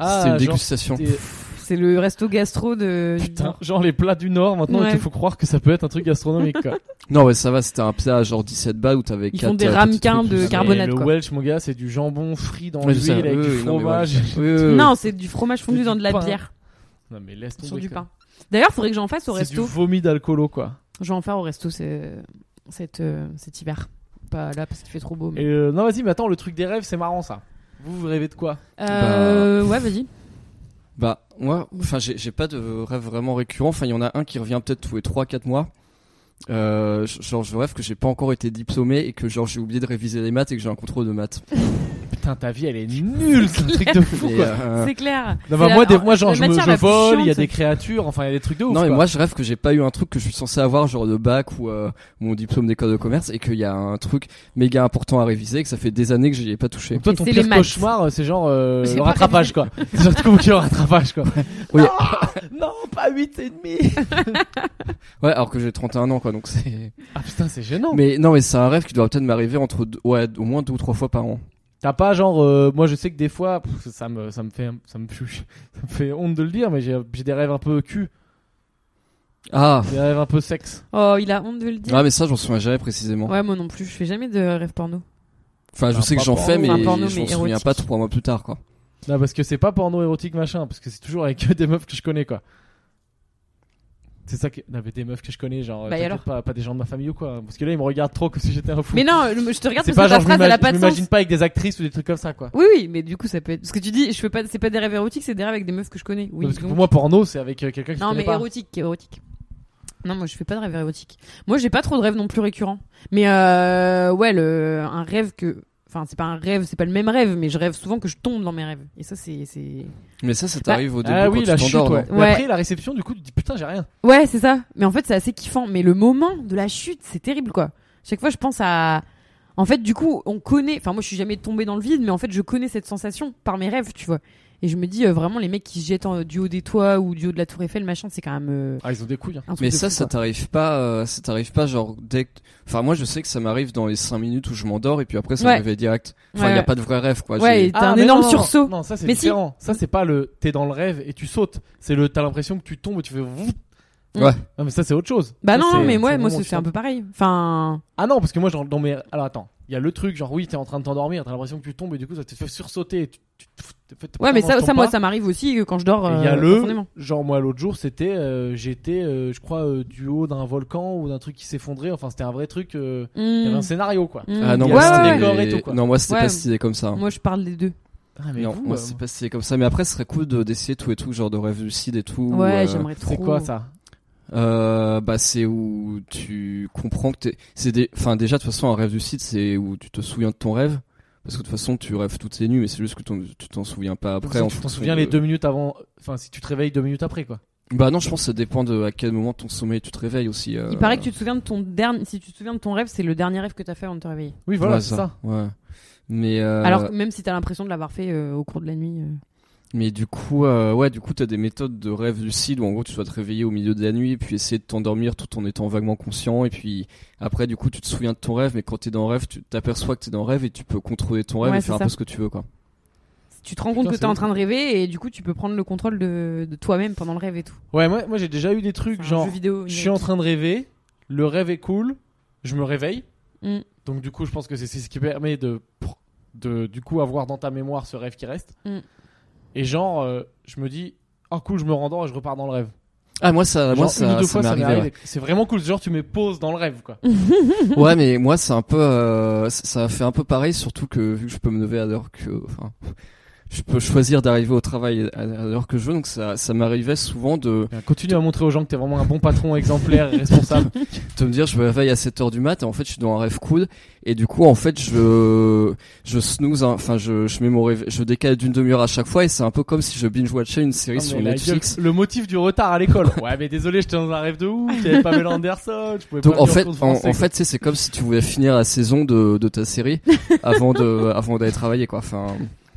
Ah,
C'était une
genre,
dégustation.
c'était-
C'est le resto gastro de.
Putain, genre les plats du Nord, maintenant,
Ouais.
il te faut croire que ça peut être un truc gastronomique quoi.
Non, mais ça va, c'était un plat à genre 17 balles où t'avais
Ils
quatre,
font des
euh,
ramequins
petits
de
trucs.
Mais
carbonate,
Le
quoi.
Welsh, mon gars, c'est du jambon frit dans
Ouais,
l'huile
ça,
avec
oui,
du
oui, non, mais
fromage.
Oui, oui, oui.
Non, c'est du fromage fondu
Euh, du
dans de la
pain.
bière
Non, mais laisse tomber.
sur du
quoi.
pain. D'ailleurs, faudrait que j'en fasse au
C'est du
resto.
vomi d'alcoolo quoi.
Je vais en faire au resto c'est- cet, euh, cet hiver. Pas là parce qu'il fait trop beau. mais-
Et euh, non, vas-y, mais attends, le truc des rêves, c'est marrant ça. Vous, vous rêvez de quoi
Euh, Ouais, vas-y.
Bah, moi, enfin, j'ai j'ai pas de rêve vraiment récurrent. Enfin, il y en a un qui revient peut-être tous les 3-4 mois. Euh, j- genre, je rêve que j'ai pas encore été diplômé et que genre j'ai oublié de réviser les maths et que j'ai un contrôle de maths.
Putain, ta vie, elle est nulle, c'est un truc de fou
Et,
quoi.
euh,
C'est clair.
Non,
C'est
bah,
la-
moi, des, moi, genre,
la
je, me,
matière
je
la plus
vole, il y a
chiante.
des créatures, enfin, il y a des trucs de ouf.
non, mais
quoi.
moi, je rêve que j'ai pas eu un truc que je suis censé avoir, genre le bac ou euh, mon diplôme d'école de commerce et qu'il y a un truc méga important à réviser et que ça fait des années que j'y ai pas touché.
Donc, toi,
Et
ton
c'est
pire
les maths.
cauchemar, euh, c'est genre euh,
J'ai
le
pas
rattrapage, quoi. C'est genre, tu comprends le rattrapage, quoi.
Oui.
Non, non, pas 8 et demi.
Ouais, alors que j'ai 31 ans, quoi, donc c'est.
Ah putain, c'est gênant. Mais
Mais non, mais c'est un rêve qui doit peut-être m'arriver entre deux- ouais, au moins deux ou trois fois par an.
t'as pas genre, euh, moi, je sais que des fois, pff, ça me, ça me fait, ça me, ça me fait honte de le dire, mais j'ai j'ai des rêves un peu cul,
Ah.
des rêves un peu sexe.
Oh, il a honte de le dire.
Ah mais ça j'en souviens jamais précisément.
Ouais, moi non plus. Je fais jamais de rêve porno.
Enfin je
Enfin,
sais que
pas
j'en
porno,
fais mais
enfin, porno,
je
mais
m'en souviens
érotique.
pas trois mois plus tard quoi.
Non, parce que c'est pas porno érotique machin, parce que c'est toujours avec des meufs que je connais, quoi. C'est ça que. Non, mais des meufs que je connais, genre.
Bah, et
t'inquiète
alors
pas, pas des gens de ma famille ou quoi. hein, Parce que là, ils me regardent trop comme si j'étais un fou.
Mais non, le- je te regarde
c'est
parce
pas
que ta
genre, je
phrase, elle a
m'imagine-
pas
je
de sens.
m'imagine pas avec des actrices ou des trucs comme ça, quoi.
Oui, oui, mais du coup, ça peut être. Parce que tu dis, je fais pas, c'est pas des rêves érotiques, c'est des rêves avec des meufs que je connais. Oui,
Non, parce que
donc-
pour moi, porno, c'est avec euh, quelqu'un qui
Non, mais
pas.
érotique, érotique. Non, moi je fais pas de rêve érotique. Moi j'ai pas trop de rêves non plus récurrents. Mais euh, ouais, le, un rêve que. Enfin, c'est pas un rêve, c'est pas le même rêve, mais je rêve souvent que je tombe dans mes rêves. Et ça, c'est. c'est-
Mais ça,
Bah,
ça t'arrive au début
Ah
quand
oui,
tu
la chute,
t'endors,
ouais.
non
Mais
Ouais.
après, la réception, du coup, tu te dis putain, j'ai rien.
Ouais, c'est ça. Mais en fait, c'est assez kiffant. Mais le moment de la chute, c'est terrible quoi. Chaque fois, je pense à. En fait, du coup, on connaît. Enfin, moi je suis jamais tombée dans le vide, mais en fait, je connais cette sensation par mes rêves, tu vois. Et je me dis euh, vraiment, les mecs qui se jettent en- du haut des toits ou du haut de la Tour Eiffel, machin, c'est quand même. euh,
Ah, ils ont des couilles. hein.
un truc
Mais
de
ça,
fou,
ça
quoi.
t'arrive pas, euh, ça t'arrive pas genre dès que... Enfin, moi, je sais que ça m'arrive dans les 5 minutes où je m'endors et puis après, ça
Ouais.
me réveille direct. Enfin, il
Ouais,
y a
ouais.
pas de vrai rêve, quoi.
Ouais,
J'ai-
et- T'as un énorme sursaut.
Non, ça c'est
Mais si.
différent. Ça c'est pas le t'es dans le rêve et tu sautes. C'est le t'as l'impression que tu tombes et tu fais. vrouf.
Ouais.
Non, mais ça c'est autre chose.
Bah
Ça,
non,
c'est-
mais
le
ouais, moi
moment où
c'est
tu
c'est un peu pareil. Enfin.
Ah non, parce que moi, genre, non, mais alors attends, il y a le truc, genre, oui, t'es en train de t'endormir, t'as l'impression que tu tombes et du coup, ça te fait sursauter. et tu- tu- tu- t'es- t'es- t'es-
Ouais, mais
t'es-
ça,
t'en
ça moi,
pas.
ça m'arrive aussi que quand je dors.
Et Il y a
euh,
le,
profondément.
genre, moi, l'autre jour, c'était, euh, j'étais, euh, je crois, euh, du haut d'un volcan ou d'un truc qui s'effondrait, enfin, c'était un vrai truc, euh, il y avait un scénario, quoi.
Mm.
Ah non,
Ouais,
moi,
ouais,
c'était
ouais.
décor et tout, quoi.
non, moi, c'était
Ouais.
pas stylé comme ça. hein.
Moi, je parle des deux.
Ah, mais
non,
vous,
moi,
euh,
c'est pas stylé comme ça. Mais après, ce serait cool de, d'essayer tout et tout, genre de rêve lucide et tout.
Ouais,
euh,
j'aimerais trop.
c'est quoi ça
Euh, bah c'est où tu comprends que t'es... c'est des enfin déjà de toute façon un rêve lucide c'est où tu te souviens de ton rêve parce que de toute façon tu rêves toutes les nuits mais c'est juste que ton- tu t'en souviens pas après
Si
en
tu t'en
fonction
souviens
de-
les deux minutes avant, enfin, si tu te réveilles deux minutes après, quoi.
bah non je pense que ça dépend de à quel moment ton sommeil tu te réveilles aussi euh.
Il paraît que tu te souviens de ton dernier. Si tu te souviens de ton rêve, c'est le dernier rêve que t'as fait avant de te réveiller.
Oui, voilà,
Ouais,
c'est ça.
ouais mais euh,
Alors, même si t'as l'impression de l'avoir fait euh, au cours de la nuit. euh.
mais du coup euh, ouais du coup t'as des méthodes de rêve lucide où en gros tu dois te réveiller au milieu de la nuit et puis essayer de t'endormir tout en étant vaguement conscient et puis après du coup tu te souviens de ton rêve mais quand t'es dans le rêve tu t'aperçois que t'es dans le rêve et tu peux contrôler ton rêve
Ouais,
et
c'est
faire un
ça.
peu ce que tu veux quoi
Tu te rends compte
Putain,
que
c'est
t'es en
ouf.
train de rêver et du coup, tu peux prendre le contrôle de, de toi-même pendant le rêve et tout.
Ouais, moi, moi, j'ai déjà eu des trucs,
Enfin, un
genre,
jeu vidéo. une
je suis en train de rêver, le rêve est cool, je me réveille.
Mm.
Donc du coup, je pense que c'est c'est ce qui permet de, de du coup avoir dans ta mémoire ce rêve qui reste.
Mm.
Et genre, euh, je me dis, oh cool, je me rendors et je repars dans le rêve.
Ah moi ça, moi
Genre, une
ça,
ou deux
ça
fois,
m'est
ça m'est
arrivé.
arrivé. C'est vraiment cool. Genre, tu mets pause dans le rêve, quoi.
ouais. Ouais, mais moi c'est un peu, euh, ça- ça fait un peu pareil, surtout que vu que je peux me lever à l'heure que, enfin, je peux choisir d'arriver au travail à à l'heure que je veux, donc ça, ça m'arrivait souvent de,
Bien, Continue à montrer aux gens que t'es vraiment un bon patron, exemplaire, et responsable.
de me dire je me réveille à 7 heures du mat et en fait je suis dans un rêve cool et du coup en fait je je snooze hein, enfin je je mets mon réve- je décale d'une demi-heure à chaque fois et c'est un peu comme si je binge watchais une série
Non,
sur
Ah, mais la
Netflix.
gueule, le motif du retard à l'école. ouais, mais désolé, j'étais dans un rêve de ouf. J'avais pas Pamela Anderson. Je pouvais
Donc
pas
en
lire
fait,
Cours de
en,
français,
en
quoi.
fait, tu sais, c'est comme si tu voulais finir la saison de, de ta série avant de avant d'aller travailler quoi. Enfin,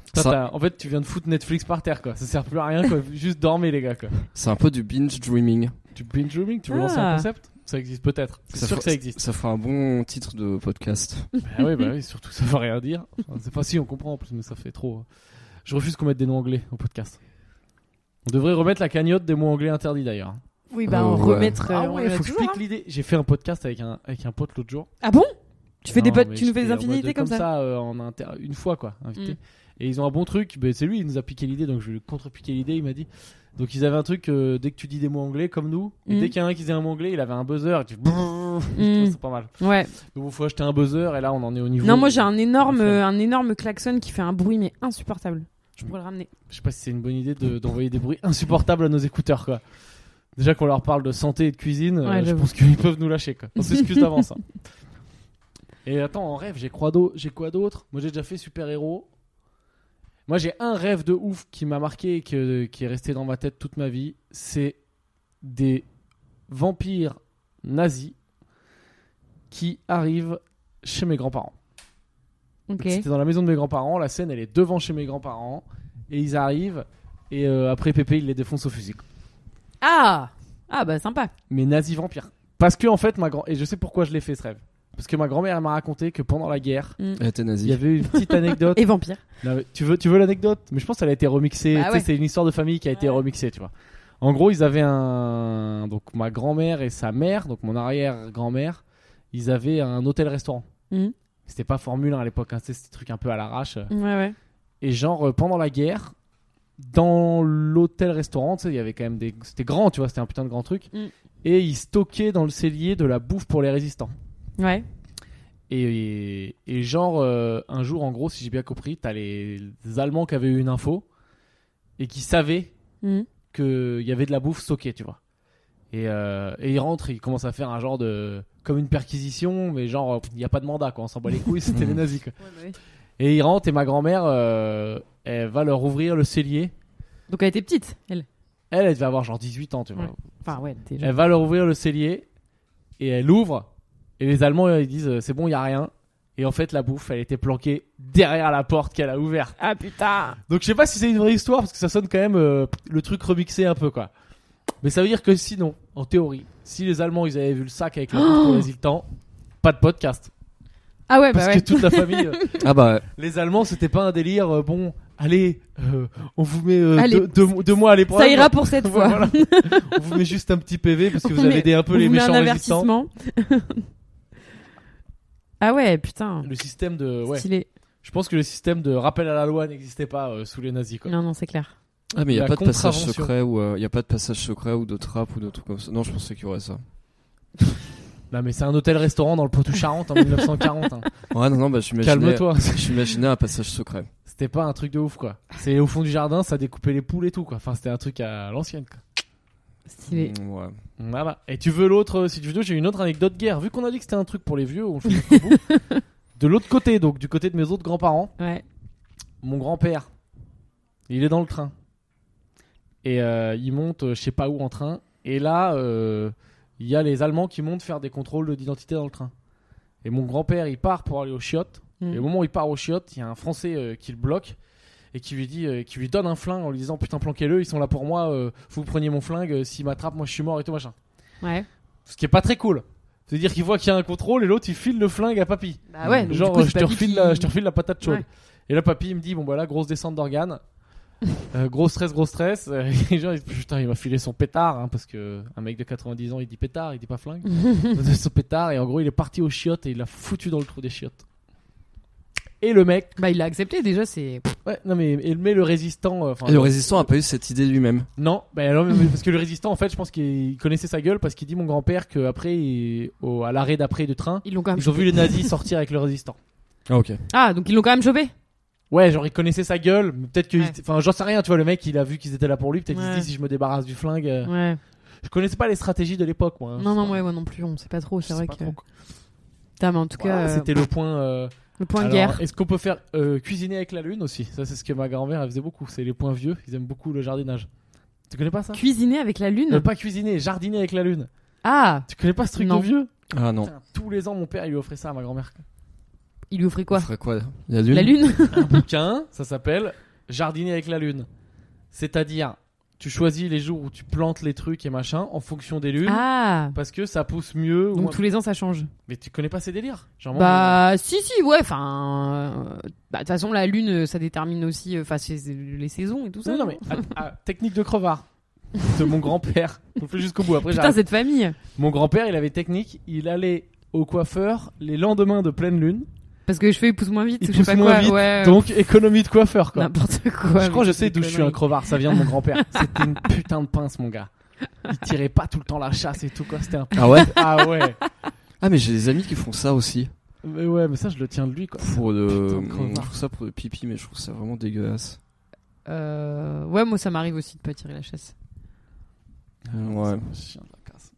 Putain,
ça-
t'as- en fait, tu viens de foutre Netflix par terre, quoi. Ça sert plus à rien, quoi. Juste dormez, les gars, quoi.
c'est un peu du binge dreaming.
Du binge rooming, tu veux lancer un
Ah.
concept Ça existe peut-être. C'est
Ça
sûr
fera-
que ça existe.
Ça fera un bon titre de podcast.
bah oui, bah oui, surtout ça veut rien dire. Enfin, c'est pas si on comprend en plus, mais ça fait trop. euh. Je refuse qu'on mette des noms anglais au podcast. On devrait remettre la cagnotte des mots anglais interdits d'ailleurs.
Oui,
bah,
bah,
on
on
Ouais. remettre,
remettre.
ah ouais, faut que je pique l'idée. J'ai fait un podcast avec un, avec un pote l'autre jour.
Ah bon Tu fais des
Non,
potes,
mais
tu nous fais des
j'étais en mode
infinités comme ça.
euh, en inter- une fois quoi, invité.
Mm.
Et ils ont un bon truc. Ben, c'est lui, il nous a piqué l'idée, donc je vais lui contre-piquer l'idée. Il m'a dit. Donc ils avaient un truc. euh, dès que tu dis des mots anglais comme nous, et
Mm.
dès qu'il y en a un qui disait un mot anglais, il avait un buzzer. et tu-
Mm.
C'est pas mal.
Ouais.
Donc il faut acheter un buzzer et là on en est au niveau.
Non, moi j'ai un énorme,
Enfin.
un énorme klaxon qui fait un bruit mais insupportable. Je pourrais le ramener.
Je sais pas si c'est une bonne idée de- d'envoyer des bruits insupportables à nos écouteurs quoi. Déjà qu'on leur parle de santé et de cuisine, euh,
Ouais,
je
j'avoue.
pense qu'ils peuvent nous lâcher quoi. On s'excuse d'avance. hein. Et attends, en rêve, j'ai quoi d'au- j'ai quoi d'autre Moi j'ai déjà fait super héros. Moi j'ai un rêve de ouf qui m'a marqué et que- qui est resté dans ma tête toute ma vie. C'est des vampires nazis qui arrivent chez mes grands-parents.
Ok.
Bah, C'était dans la maison de mes grands-parents. La scène, elle est devant chez mes grands-parents. Et ils arrivent. Et euh, après, Pépé, il les défonce au fusil. quoi.
Ah Ah bah sympa.
Mais nazi vampire. Parce que, en fait, ma grand. Et je sais pourquoi je l'ai fait ce rêve. Parce que ma grand-mère, elle m'a raconté que pendant la guerre,
Ah, t'es nazi.
il y avait une petite anecdote.
Et vampire.
Non, mais tu veux, tu veux l'anecdote Mais je pense qu'elle a été remixée.
Bah
Tu sais,
ouais.
C'est une histoire de famille qui a été remixée, tu vois. En gros, ils avaient un. Donc, ma grand-mère et sa mère, donc mon arrière-grand-mère, ils avaient un hôtel-restaurant.
Mhm.
C'était pas Formule 1 à l'époque, hein, c'était des trucs un peu à l'arrache.
Ouais ouais.
Et genre, euh, pendant la guerre, dans l'hôtel-restaurant, tu sais, il y avait quand même des. C'était grand, tu vois, c'était un putain de grand truc.
Mm.
Et ils stockaient dans le cellier de la bouffe pour les résistants.
Ouais.
Et, et- et genre, euh, un jour, en gros, si j'ai bien compris, t'as les Allemands qui avaient eu une info et qui savaient
Mhm.
qu'il y avait de la bouffe stockée, tu vois. Et, euh, et ils rentrent, ils commencent à faire un genre de. comme une perquisition, mais genre, euh, il n'y a pas de mandat, quoi. On s'en bat les couilles, c'était les nazis, quoi.
bah
Et ils rentrent, et ma grand-mère, euh, elle va leur ouvrir le cellier.
Donc elle était petite, elle.
Elle, elle devait avoir genre 18 ans, tu vois.
Ouais. Enfin, ouais, elle était jeune.
Elle va leur ouvrir le cellier et elle ouvre. Et les Allemands, ils disent euh, c'est bon, il y a rien. Et en fait, la bouffe, elle était planquée derrière la porte qu'elle a ouverte.
Ah putain
Donc je sais pas si c'est une vraie histoire parce que ça sonne quand même euh, le truc remixé un peu quoi. Mais ça veut dire que sinon, en théorie, si les Allemands ils avaient vu le sac avec la
Oh
bouffe pour les résultats, pas de podcast
Ah ouais, bah
parce
ouais.
que toute la famille. euh,
Ah bah,
les Allemands, c'était pas un délire. euh, bon, allez, euh, on vous met euh,
Allez,
deux, deux- deux mois à l'épreuve.
Ça ira pour cette fois.
Voilà. on vous met juste un petit PV parce que
On
vous avez
met-
aidé un peu
On
les
vous met
méchants
un
résistants.
avertissement. ah ouais, putain.
Le système de. Euh, Ouais.
Stylé.
Je pense que le système de rappel à la loi n'existait pas euh, sous les nazis. Quoi.
Non, non, c'est clair.
ah mais il y a
La
pas de passage
contravention.
secret ou euh, il y a pas de passage secret ou de trappe ou de trucs comme ça. Non, je pensais qu'il y aurait ça.
Non, mais c'est un hôtel-restaurant dans le Poitou-Charentes en 1940. hein.
Ouais, non, non, bah j'imaginais.
Calme-toi.
J'imaginais un passage secret.
C'était pas un truc de ouf quoi. C'est au fond du jardin, ça découpait les poules et tout quoi. Enfin, c'était un truc à l'ancienne quoi.
Stylé.
Mm, Ouais.
Voilà. Et tu veux l'autre, euh, si tu veux, j'ai une autre anecdote guerre. Vu qu'on a dit que c'était un truc pour les vieux, on le fait jusqu'au bout. De l'autre côté, donc du côté de mes autres grands-parents,
Ouais.
mon grand-père, il est dans le train. Et euh, il monte, euh, je sais pas où, en train. Et là, euh, il y a les Allemands qui montent faire des contrôles d'identité dans le train. Et mon grand-père, il part pour aller aux chiottes.
Mm.
Et au moment où il part aux chiottes, il y a un Français euh, qui le bloque et qui lui dit, euh, qui lui donne un flingue en lui disant Putain, planquez-le, ils sont là pour moi, euh, vous preniez mon flingue, euh, s'ils m'attrapent, moi je suis mort et tout machin.
Ouais.
Ce qui est pas très cool. C'est-à-dire qu'il voit qu'il y a un contrôle et l'autre il file le flingue à papy.
Bah ouais. donc,
Genre, euh,
du coup,
je,
c'est
te
papy
refile
qui-
la, je te refile la patate chaude.
Ouais.
Et là, papy, il me dit Bon, bah là, grosse descente d'organes. Euh, gros stress, gros stress. Euh, Et genre, il dit, putain, il m'a filé son pétard. hein, parce que un mec de 90 ans, il dit pétard, il dit pas flingue. Il m'a donné son pétard. Et en gros, il est parti aux chiottes et il l'a foutu dans le trou des chiottes. Et le mec,
Bah il a accepté déjà, c'est.
ouais, non mais, et- mais le résistant, euh, enfin,
Et le résistant a pas eu cette idée lui-même.
non, bah non, mais- parce que le résistant, en fait, je pense qu'il connaissait sa gueule parce qu'il dit mon grand-père que après, il- au- à l'arrêt d'après de train,
Ils l'ont quand même.
ils ont vu les nazis sortir avec le résistant.
Ah ok.
Ah donc ils l'ont quand même chopé.
Ouais, genre il connaissait sa gueule, mais peut-être que.
Ouais.
Enfin, j'en sais rien, tu vois, le mec il a vu qu'ils étaient là pour lui, peut-être qu'il se
Ouais.
dit si je me débarrasse du flingue. euh,
Ouais.
Je connaissais pas les stratégies de l'époque, moi. hein.
Non, non,
Je
ouais, moi non plus, on sait pas trop. C'est
sais
vrai
pas
que.
trop, quoi.
Putain, mais en tout
Voilà,
cas, euh,
C'était le point. euh,
le point
alors,
guerre.
Est-ce qu'on peut faire euh, cuisiner avec la lune aussi Ça, c'est ce que ma grand-mère elle faisait beaucoup. C'est les points vieux, ils aiment beaucoup le jardinage. Tu connais pas ça
Cuisiner avec la lune.
Euh, Pas cuisiner, jardiner avec la lune.
Ah,
Tu connais pas ce truc
Non.
de vieux
Ah non.
Putain, Tous les ans, mon père il lui offrait ça à ma grand-mère.
il lui offrait
On
quoi
ferait quoi La lune.
La lune.
un bouquin, ça s'appelle Jardiner avec la lune. C'est-à-dire, tu choisis les jours où tu plantes les trucs et machin en fonction des lunes.
Ah.
Parce que ça pousse mieux. ou un-
Donc tous les ans ça change.
Mais tu connais pas ces délires Genre, hein.
Bah si si ouais enfin euh, bah, de toute façon la lune euh, ça détermine aussi euh, enfin c'est- c'est les saisons et tout ça.
moi, Non, non, mais à- à- technique de crevard Ah, de mon grand-père. On le fait jusqu'au bout. Après,
Putain
j'arrête.
cette famille
Mon grand-père, il avait technique. Il allait au coiffeur les lendemains de pleine lune.
parce que je fais pousse moins vite
Il
ou je sais
pousse
pas
moins
quoi
vite,
ouais
Donc, économie de coiffeur, quoi.
n'importe quoi.
je crois que je
mais
sais
c'est
d'où
des
je suis un
conneries.
crevard. Ça vient de mon grand-père. C'était une putain de pince, mon gars. Il tirait pas tout le temps la chasse et tout, quoi. C'était un.
Ah ouais.
Ah ouais.
Ah mais j'ai des amis qui font ça aussi.
Mais ouais, mais ça, je le tiens de lui, quoi.
Pour le.
Putain de crevard.
Je trouve ça pour le pipi, mais je trouve ça vraiment dégueulasse.
Euh, ouais moi ça m'arrive aussi de pas tirer la chasse.
Ouais.
Ah, Chien de la casse.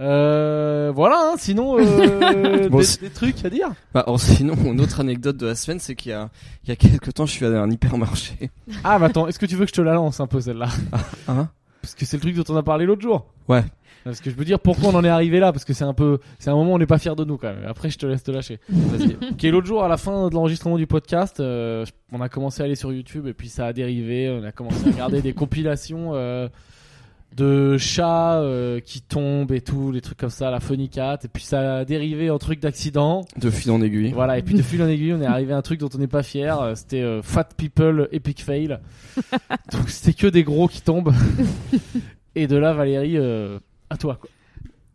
Euh, voilà, hein, sinon, euh,
Bon,
des-
c'est-
des trucs à dire.
Bah, alors, sinon, une autre anecdote de la semaine, c'est qu'il y a, il y a quelques temps, je suis allé à un hypermarché.
Ah, mais attends, est-ce que tu veux que je te la lance un peu celle-là
Hein
Parce que c'est le truc dont on a parlé l'autre jour.
Ouais.
Parce que je veux dire pourquoi on en est arrivé là, parce que c'est un peu, c'est un moment où on n'est pas fier de nous quand même. Après, je te laisse te lâcher.
Vas-y.
Qui est l'autre jour à la fin de l'enregistrement du podcast, euh, je- on a commencé à aller sur YouTube et puis ça a dérivé. On a commencé à regarder des compilations euh, de chats euh, qui tombent et tout, des trucs comme ça, la funny cat. Et puis ça a dérivé en truc d'accident.
De fil en aiguille.
Voilà, et puis de fil en aiguille, on est arrivé à un truc dont on n'est pas fier. euh, C'était euh, Fat People Epic Fail. Donc c'était que des gros qui tombent. et de là, Valérie, euh, à toi. Quoi.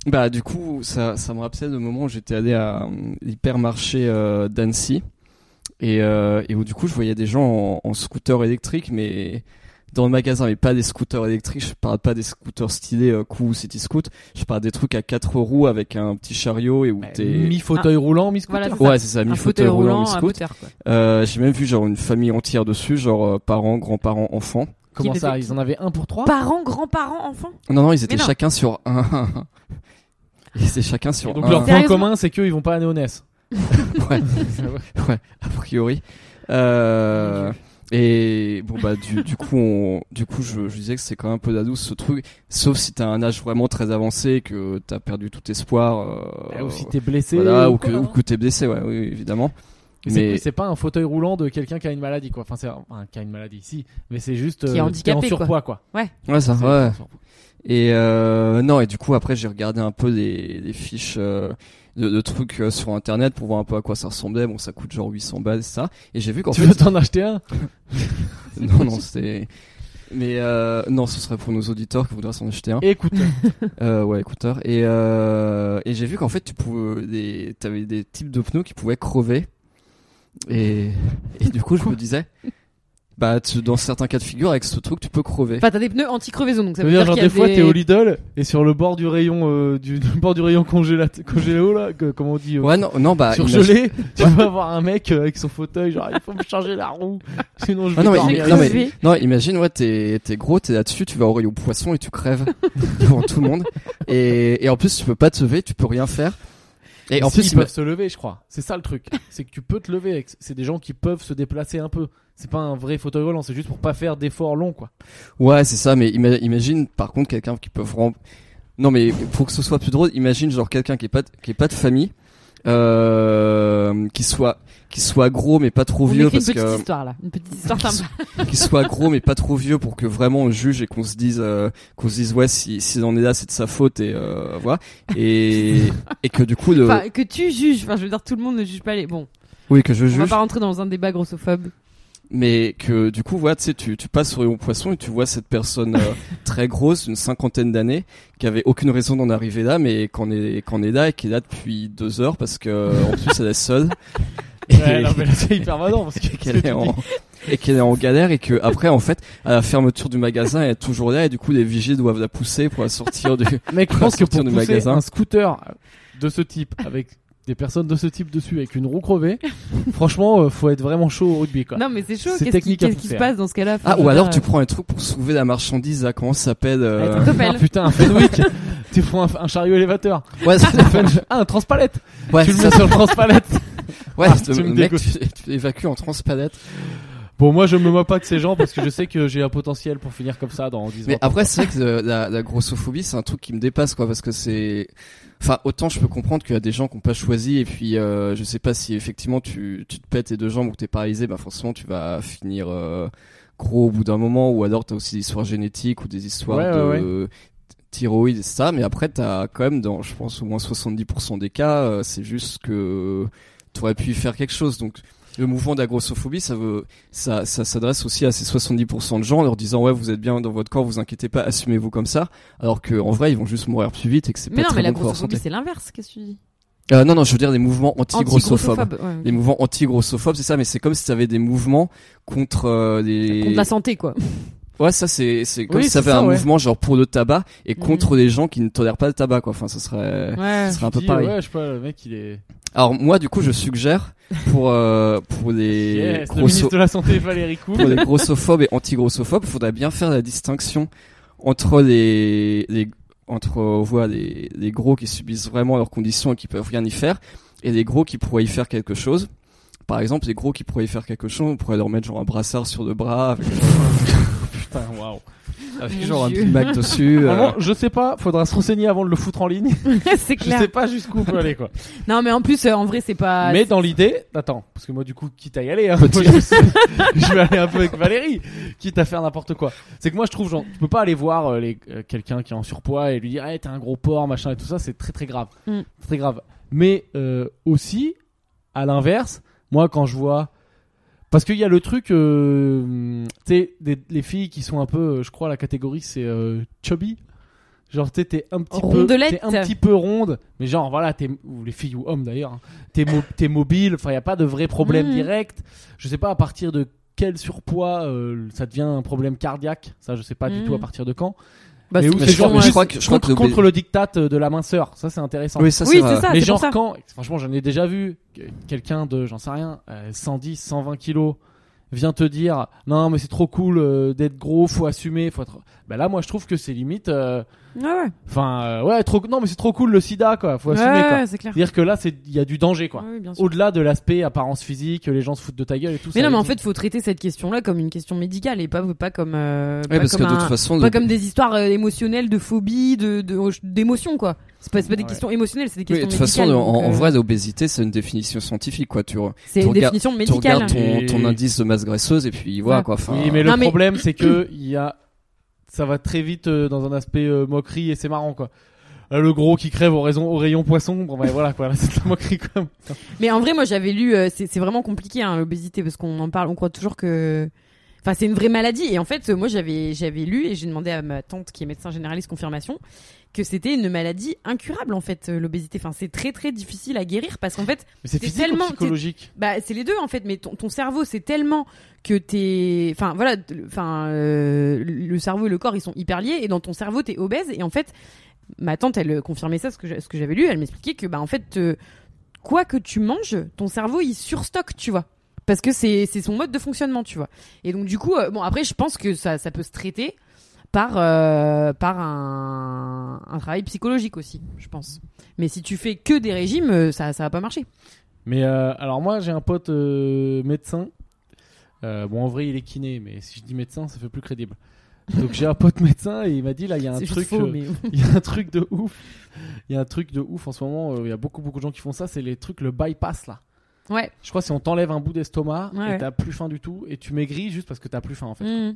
Bah, du coup, ça, ça me rappelait le moment où j'étais allé à euh, l'hypermarché euh, d'Annecy. Et, euh, et où, du coup, je voyais des gens en, en scooter électrique, mais dans le magasin, mais pas des scooters électriques. Je parle pas des scooters stylés euh, cool city scoot. Je parle des trucs à quatre roues avec un petit chariot et où
Ouais,
t'es
Mi fauteuil roulant, mi
Ah. Voilà,
scooter.
ça.
Ouais, c'est ça,
Un
mi fauteuil roulant, mi
à
scoot.
moteur, quoi.
Euh, j'ai même vu genre une famille entière dessus, genre euh, parents, grands-parents, enfants.
Comment
Qui
ça
devait-
Ils en avaient un pour trois.
Parents, grands-parents, enfants
Non, non, ils étaient
non.
chacun sur un. Ils étaient chacun sur
Et donc
un.
leur point
Sérieusement
commun, c'est qu'ils vont pas à Néonès.
Ouais. ouais, a priori. Euh, et bon bah du, du coup on, du coup je, je disais que c'est quand même un peu la douce ce truc sauf si t'as un âge vraiment très avancé et que t'as perdu tout espoir euh,
Ah, Ou si t'es blessé.
voilà, ou que ou que t'es blessé ouais oui, évidemment
Mais c'est-
mais
c'est pas un fauteuil roulant de quelqu'un qui a une maladie quoi. Enfin c'est un, un- qui a une maladie si, mais c'est juste
Qui est
euh,
handicapé,
en
quoi.
surpoids quoi.
ouais ça
C'est-
Ah ouais. Et euh, non, et du coup après j'ai regardé un peu des, des fiches euh, de, de trucs euh, sur internet pour voir un peu à quoi ça ressemblait. Bon, ça coûte genre 800 balles ça. Et j'ai vu qu'en
Tu
fait
veux t'en acheter un
Ah. non non c'est mais euh, non, ce serait pour nos auditeurs qui voudraient s'en acheter un.
Écoute,
Euh, ouais, écouteur. Et, euh, et j'ai vu qu'en fait tu pouvais des t'avais des types de pneus qui pouvaient crever. Et, et du coup je me disais bah tu- dans certains cas de figure avec ce truc tu peux crever.
Enfin, t'as des pneus anti-crevaison, donc ça
ça veut
veut
dire
qu'il y a
genre des fois
des-
t'es au Lidl et sur le bord du rayon euh, du, du bord du rayon congélat- congélo là, que- comment on dit euh,
Ouais non non bah imagine-
surgelé, tu vas voir un mec euh, avec son fauteuil genre il faut me changer la roue sinon je
Ah
vais
non, mais
dormir.
J'ai
non,
crevé.
Non, imagine, ouais, t'es, t'es gros, t'es là-dessus, tu vas au rayon poisson et tu crèves devant tout le monde. Et, et en plus, tu peux pas te lever, tu peux rien faire. Et en
Si,
plus,
ils
ima-
peuvent se lever, je crois. C'est ça le truc. C'est que tu peux te lever. avec- C'est des gens qui peuvent se déplacer un peu. C'est pas un vrai fauteuil roulant, c'est juste pour pas faire d'efforts longs, quoi.
ouais, c'est ça, mais ima- imagine, par contre, quelqu'un qui peut vraiment... Non, mais pour que ce soit plus drôle, imagine, genre, quelqu'un qui est pas, de- qui est pas de famille, euh, qui soit, qui soit gros, mais pas trop
On
vieux,
écrit une
parce
petite
que...
histoire là, une petite histoire sympa.
qu'il soit gros mais pas trop vieux pour que vraiment on juge et qu'on se dise euh, qu'on se dise ouais si s'il en est là c'est de sa faute et euh, voilà et et que du coup le
Enfin, que tu juges, enfin je veux dire tout le monde ne juge pas les... Bon,
oui que je
on va
juge
pas rentrer dans un débat grossophobe.
mais que du coup voilà tu sais tu tu passes sur Rayon Poisson et tu vois cette personne euh, très grosse d'une cinquantaine d'années qui avait aucune raison d'en arriver là mais qu'on est qu'on est là et qui est là depuis deux heures parce que en plus elle est seule
Ouais, non, mais là, c'est hyper marrant parce que
et qu'elle est en et qu'elle est en galère et que après en fait à la fermeture du magasin elle est toujours là et du coup les vigiles doivent la pousser pour la sortir du
Mec, je
Pour
pense que pour
sortir du
pousser
magasin.
un scooter de ce type avec des personnes de ce type dessus avec une roue crevée, franchement, euh, faut être vraiment chaud au rugby, quoi.
Non mais c'est chaud,
Bah, C'est
qu'est-ce qui,
technique à
qu'est-ce qui se
faire.
passe dans ce cas-là Enfin,
Ah,
je
ou
veux
alors tu
dire,
prends un truc pour sauver la marchandise, là, comment ça s'appelle euh,
Attends.
Ah,
Topel.
putain, un Fenwick, tu prends un, un chariot élévateur,
Ouais, ça-
ah un transpalette,
ouais,
tu le
ça-
mets sur le transpalette.
ouais,
Ah,
te-
tu me
mec,
dégoûtes.
tu, tu évacues en transpalette.
Bon, moi je me moque pas de ces gens parce que je sais que j'ai un potentiel pour finir comme ça dans 10 ans.
Mais après, c'est vrai que euh, la, la grossophobie, c'est un truc qui me dépasse, quoi, parce que c'est, enfin, autant je peux comprendre qu'il y a des gens qui n'ont pas choisi, et puis, euh, je sais pas si effectivement tu, tu te pètes les deux jambes ou que t'es paralysé, bah forcément tu vas finir euh, gros au bout d'un moment, ou alors t'as aussi des histoires génétiques ou des histoires
Ouais,
de
ouais,
thyroïde et ça, mais après t'as quand même dans, je pense, au moins 70% des cas, euh, c'est juste que t'aurais pu faire quelque chose, donc. Le mouvement de la grossophobie, ça veut, ça, ça s'adresse aussi à ces 70% de gens en leur disant ouais vous êtes bien dans votre corps, vous inquiétez pas, assumez-vous comme ça. Alors que en vrai ils vont juste mourir plus vite et que c'est
Mais
pas
non,
très
mais la
bon pour leur
grossophobie
santé.
c'est l'inverse, qu'est-ce que tu dis
Euh, non non, je veux dire des mouvements anti-grossophobes.
Anti-grossophobe, ouais.
les mouvements anti-grossophobes, c'est ça, mais c'est comme si t'avais des mouvements contre euh, les.
Contre la santé quoi.
Ouais, ça c'est c'est comme
Oui,
si ça
c'est
avait
ça,
un
ouais.
mouvement genre pour le tabac et contre les gens qui ne tolèrent pas le tabac quoi. Enfin, ça serait.
Mhm. Ouais.
ça serait un
Tu
peu
dis,
pareil.
Ouais, je sais pas, le mec il est.
Alors moi, du coup, je suggère pour euh, pour les
Yes, le
grosso-
ministre de la Santé Valérie Coupe.
pour les grossophobes et anti-grossophobes, faudrait bien faire la distinction entre les, les entre euh, voilà, les, les gros qui subissent vraiment leurs conditions et qui peuvent rien y faire, et les gros qui pourraient y faire quelque chose. Par exemple, les gros qui pourraient y faire quelque chose, on pourrait leur mettre genre un brassard sur le bras avec,
Putain, waouh.
avec
Mon
Ah, genre
Dieu.
un Big Mac dessus. euh.
Vraiment, je sais pas, faudra se renseigner avant de le foutre en ligne.
c'est
Je sais
clair.
pas jusqu'où on peut aller quoi.
Non mais en plus euh, en vrai c'est pas
Mais dans l'idée, attends, parce que moi du coup, quitte à y aller, hein, moi, je, je vais aller un peu avec Valérie, quitte à faire n'importe quoi. C'est que moi je trouve, genre, tu peux pas aller voir euh, les- euh, quelqu'un qui est en surpoids et lui dire, hey, t'es un gros porc, machin et tout ça, c'est très très grave,
Mm.
C'est très grave. Mais euh, aussi, à l'inverse, moi quand je vois, parce qu'il y a le truc, euh, tu sais, des- les filles qui sont un peu, euh, je crois la catégorie c'est euh, chubby. Genre t'es- t'es un petit peu,
Rondelette.
t'es un petit peu ronde, mais genre voilà, t'es ou les filles ou hommes d'ailleurs, hein, t'es mo- t'es mobile, enfin y a pas de vrai problème
Mhm.
direct. Je sais pas à partir de quel surpoids euh, ça devient un problème cardiaque. Ça, je sais pas du
Mhm.
tout à partir de quand.
Bah,
Mais
c'est
où
Mais
c'est
je, crois-
genre
mais je
juste
crois que je crois
contre,
que
contre le diktat euh, de la minceur. Ça, c'est intéressant.
Oui, ça,
Oui, Ah,
vrai.
c'est ça, c'est
Mais
pour
genre
ça.
quand, franchement, j'en ai déjà vu que- quelqu'un de, j'en sais rien, euh, 110, 120 kilos vient te dire non mais c'est trop cool euh, d'être gros, faut assumer, faut être. Bah là, moi, je trouve que c'est limite. euh,
Ouais, ouais.
Enfin, euh, ouais, trop. Non, mais c'est trop cool le SIDA quoi, faut assumer
Ouais,
quoi.
ouais, c'est clair.
Dire que là, c'est il y a du danger quoi.
Ouais, oui, bien sûr.
Au-delà de l'aspect apparence physique, les gens se foutent de ta gueule et tout.
Mais
ça
non, mais en
existe.
fait, faut traiter cette question-là comme une question médicale et pas, pas comme. euh,
Ouais,
pas
parce que
comme
de
un-
toute façon,
Pas
le-
comme des histoires euh, émotionnelles, de phobie, de de- d'émotions quoi. C'est pas, c'est pas des
Ouais.
questions émotionnelles, c'est des
Oui,
questions
de toute façon,
médicales,
en,
donc,
en
euh,
vrai, l'obésité, c'est une définition scientifique, quoi. Tu, re-
c'est une
regardes-
définition
tu
médicale.
regardes ton,
Et-
ton indice de masse graisseuse et puis voilà,
Ah.
quoi. Enfin,
Oui, mais
Non,
le
mais-
problème, c'est que il y a, ça va très vite euh, dans un aspect euh, moquerie et c'est marrant quoi. Euh, le gros qui crève au, raison, au rayon poisson, bon bah voilà quoi, là, c'est de la moquerie quand même.
Mais en vrai, moi, j'avais lu, euh, c'est c'est vraiment compliqué hein, l'obésité parce qu'on en parle, on croit toujours que, enfin, c'est une vraie maladie. Et en fait, euh, moi, j'avais j'avais lu et j'ai demandé à ma tante qui est médecin généraliste confirmation que c'était une maladie incurable en fait euh, l'obésité. Enfin, c'est très très difficile à guérir parce qu'en fait,
Mais c'est
T'es
physique
tellement-
ou psychologique
bah, c'est les deux en fait. Mais ton, ton cerveau, c'est tellement que t'es, enfin voilà, t- le- enfin euh, le cerveau et le corps, ils sont hyper liés. Et dans ton cerveau, t'es obèse. Et en fait, ma tante, elle euh, confirmait ça, ce que je- ce que j'avais lu. Elle m'expliquait que bah en fait, euh, quoi que tu manges, ton cerveau il surstocke, tu vois. Parce que c'est c'est son mode de fonctionnement, tu vois. Et donc du coup, euh, bon après, je pense que ça ça peut se traiter par euh, par un, un travail psychologique aussi, je pense. Mais si tu fais que des régimes, euh, ça ça va pas marcher.
Mais euh, alors moi, j'ai un pote euh, médecin. Euh, bon, en vrai, il est kiné, mais si je dis médecin, ça fait plus crédible. Donc j'ai un pote médecin et il m'a dit là, il y a un
C'est juste
truc.
faux,
euh,
mais-
Il y a un truc de ouf. Il y a un truc de ouf en ce moment. euh, Il y a beaucoup, beaucoup de gens qui font ça. C'est les trucs, le bypass là.
Ouais.
Je crois que si on t'enlève un bout d'estomac
Ouais,
et
ouais.
t'as plus faim du tout et tu maigris juste parce que t'as plus faim en fait.
Mhm.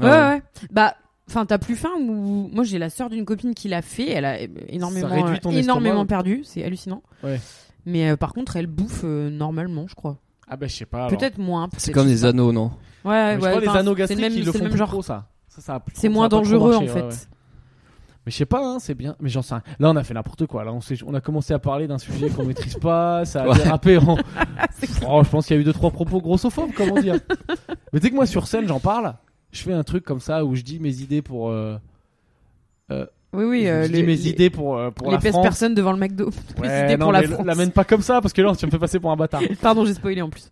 Ah
Ouais,
ouais.
ouais. Bah, enfin, t'as plus faim ou moi j'ai la sœur d'une copine qui l'a fait. Elle a é- énormément,
Ça réduit ton
euh, énormément
estomac.
perdu. C'est hallucinant.
Ouais.
Mais euh, par contre, elle bouffe euh, normalement, je crois.
Ah bah je sais pas. alors.
Peut-être moins.
c'est
peut-être,
comme
je
les
sais pas.
anneaux,
Ah
non Ah
Ouais,
Mais je
ouais,
crois les
enfin,
anneaux
c'est
gastriques
le même,
ils le
c'est
font
le même
plus
genre.
trop, ça. Ça, ça a plus-
C'est
ça
moins
a pas trop
dangereux
marché,
en
ouais,
fait.
ouais. Mais je sais pas, hein, c'est bien. Mais j'en sais rien. Là, on a fait n'importe quoi. Là, on, s'est- on a commencé à parler d'un sujet qu'on maîtrise pas. Ça a
Ouais.
dérapé en. Oh, je pense qu'il y a eu deux trois propos grossophobes, comment dire. hein. Mais tu sais que moi sur scène, j'en parle. Je fais un truc comme ça où je dis mes idées pour. euh,
Oui, oui.
je
euh,
dis
les-
mes
les-
idées pour euh, pour
les
la
pèse
France.
personnes devant le McDo.
Ouais,
les idées
non,
pour la
mais
France.
l'amène pas comme ça parce que là, tu me fais passer pour un bâtard.
Pardon, j'ai spoilé en plus.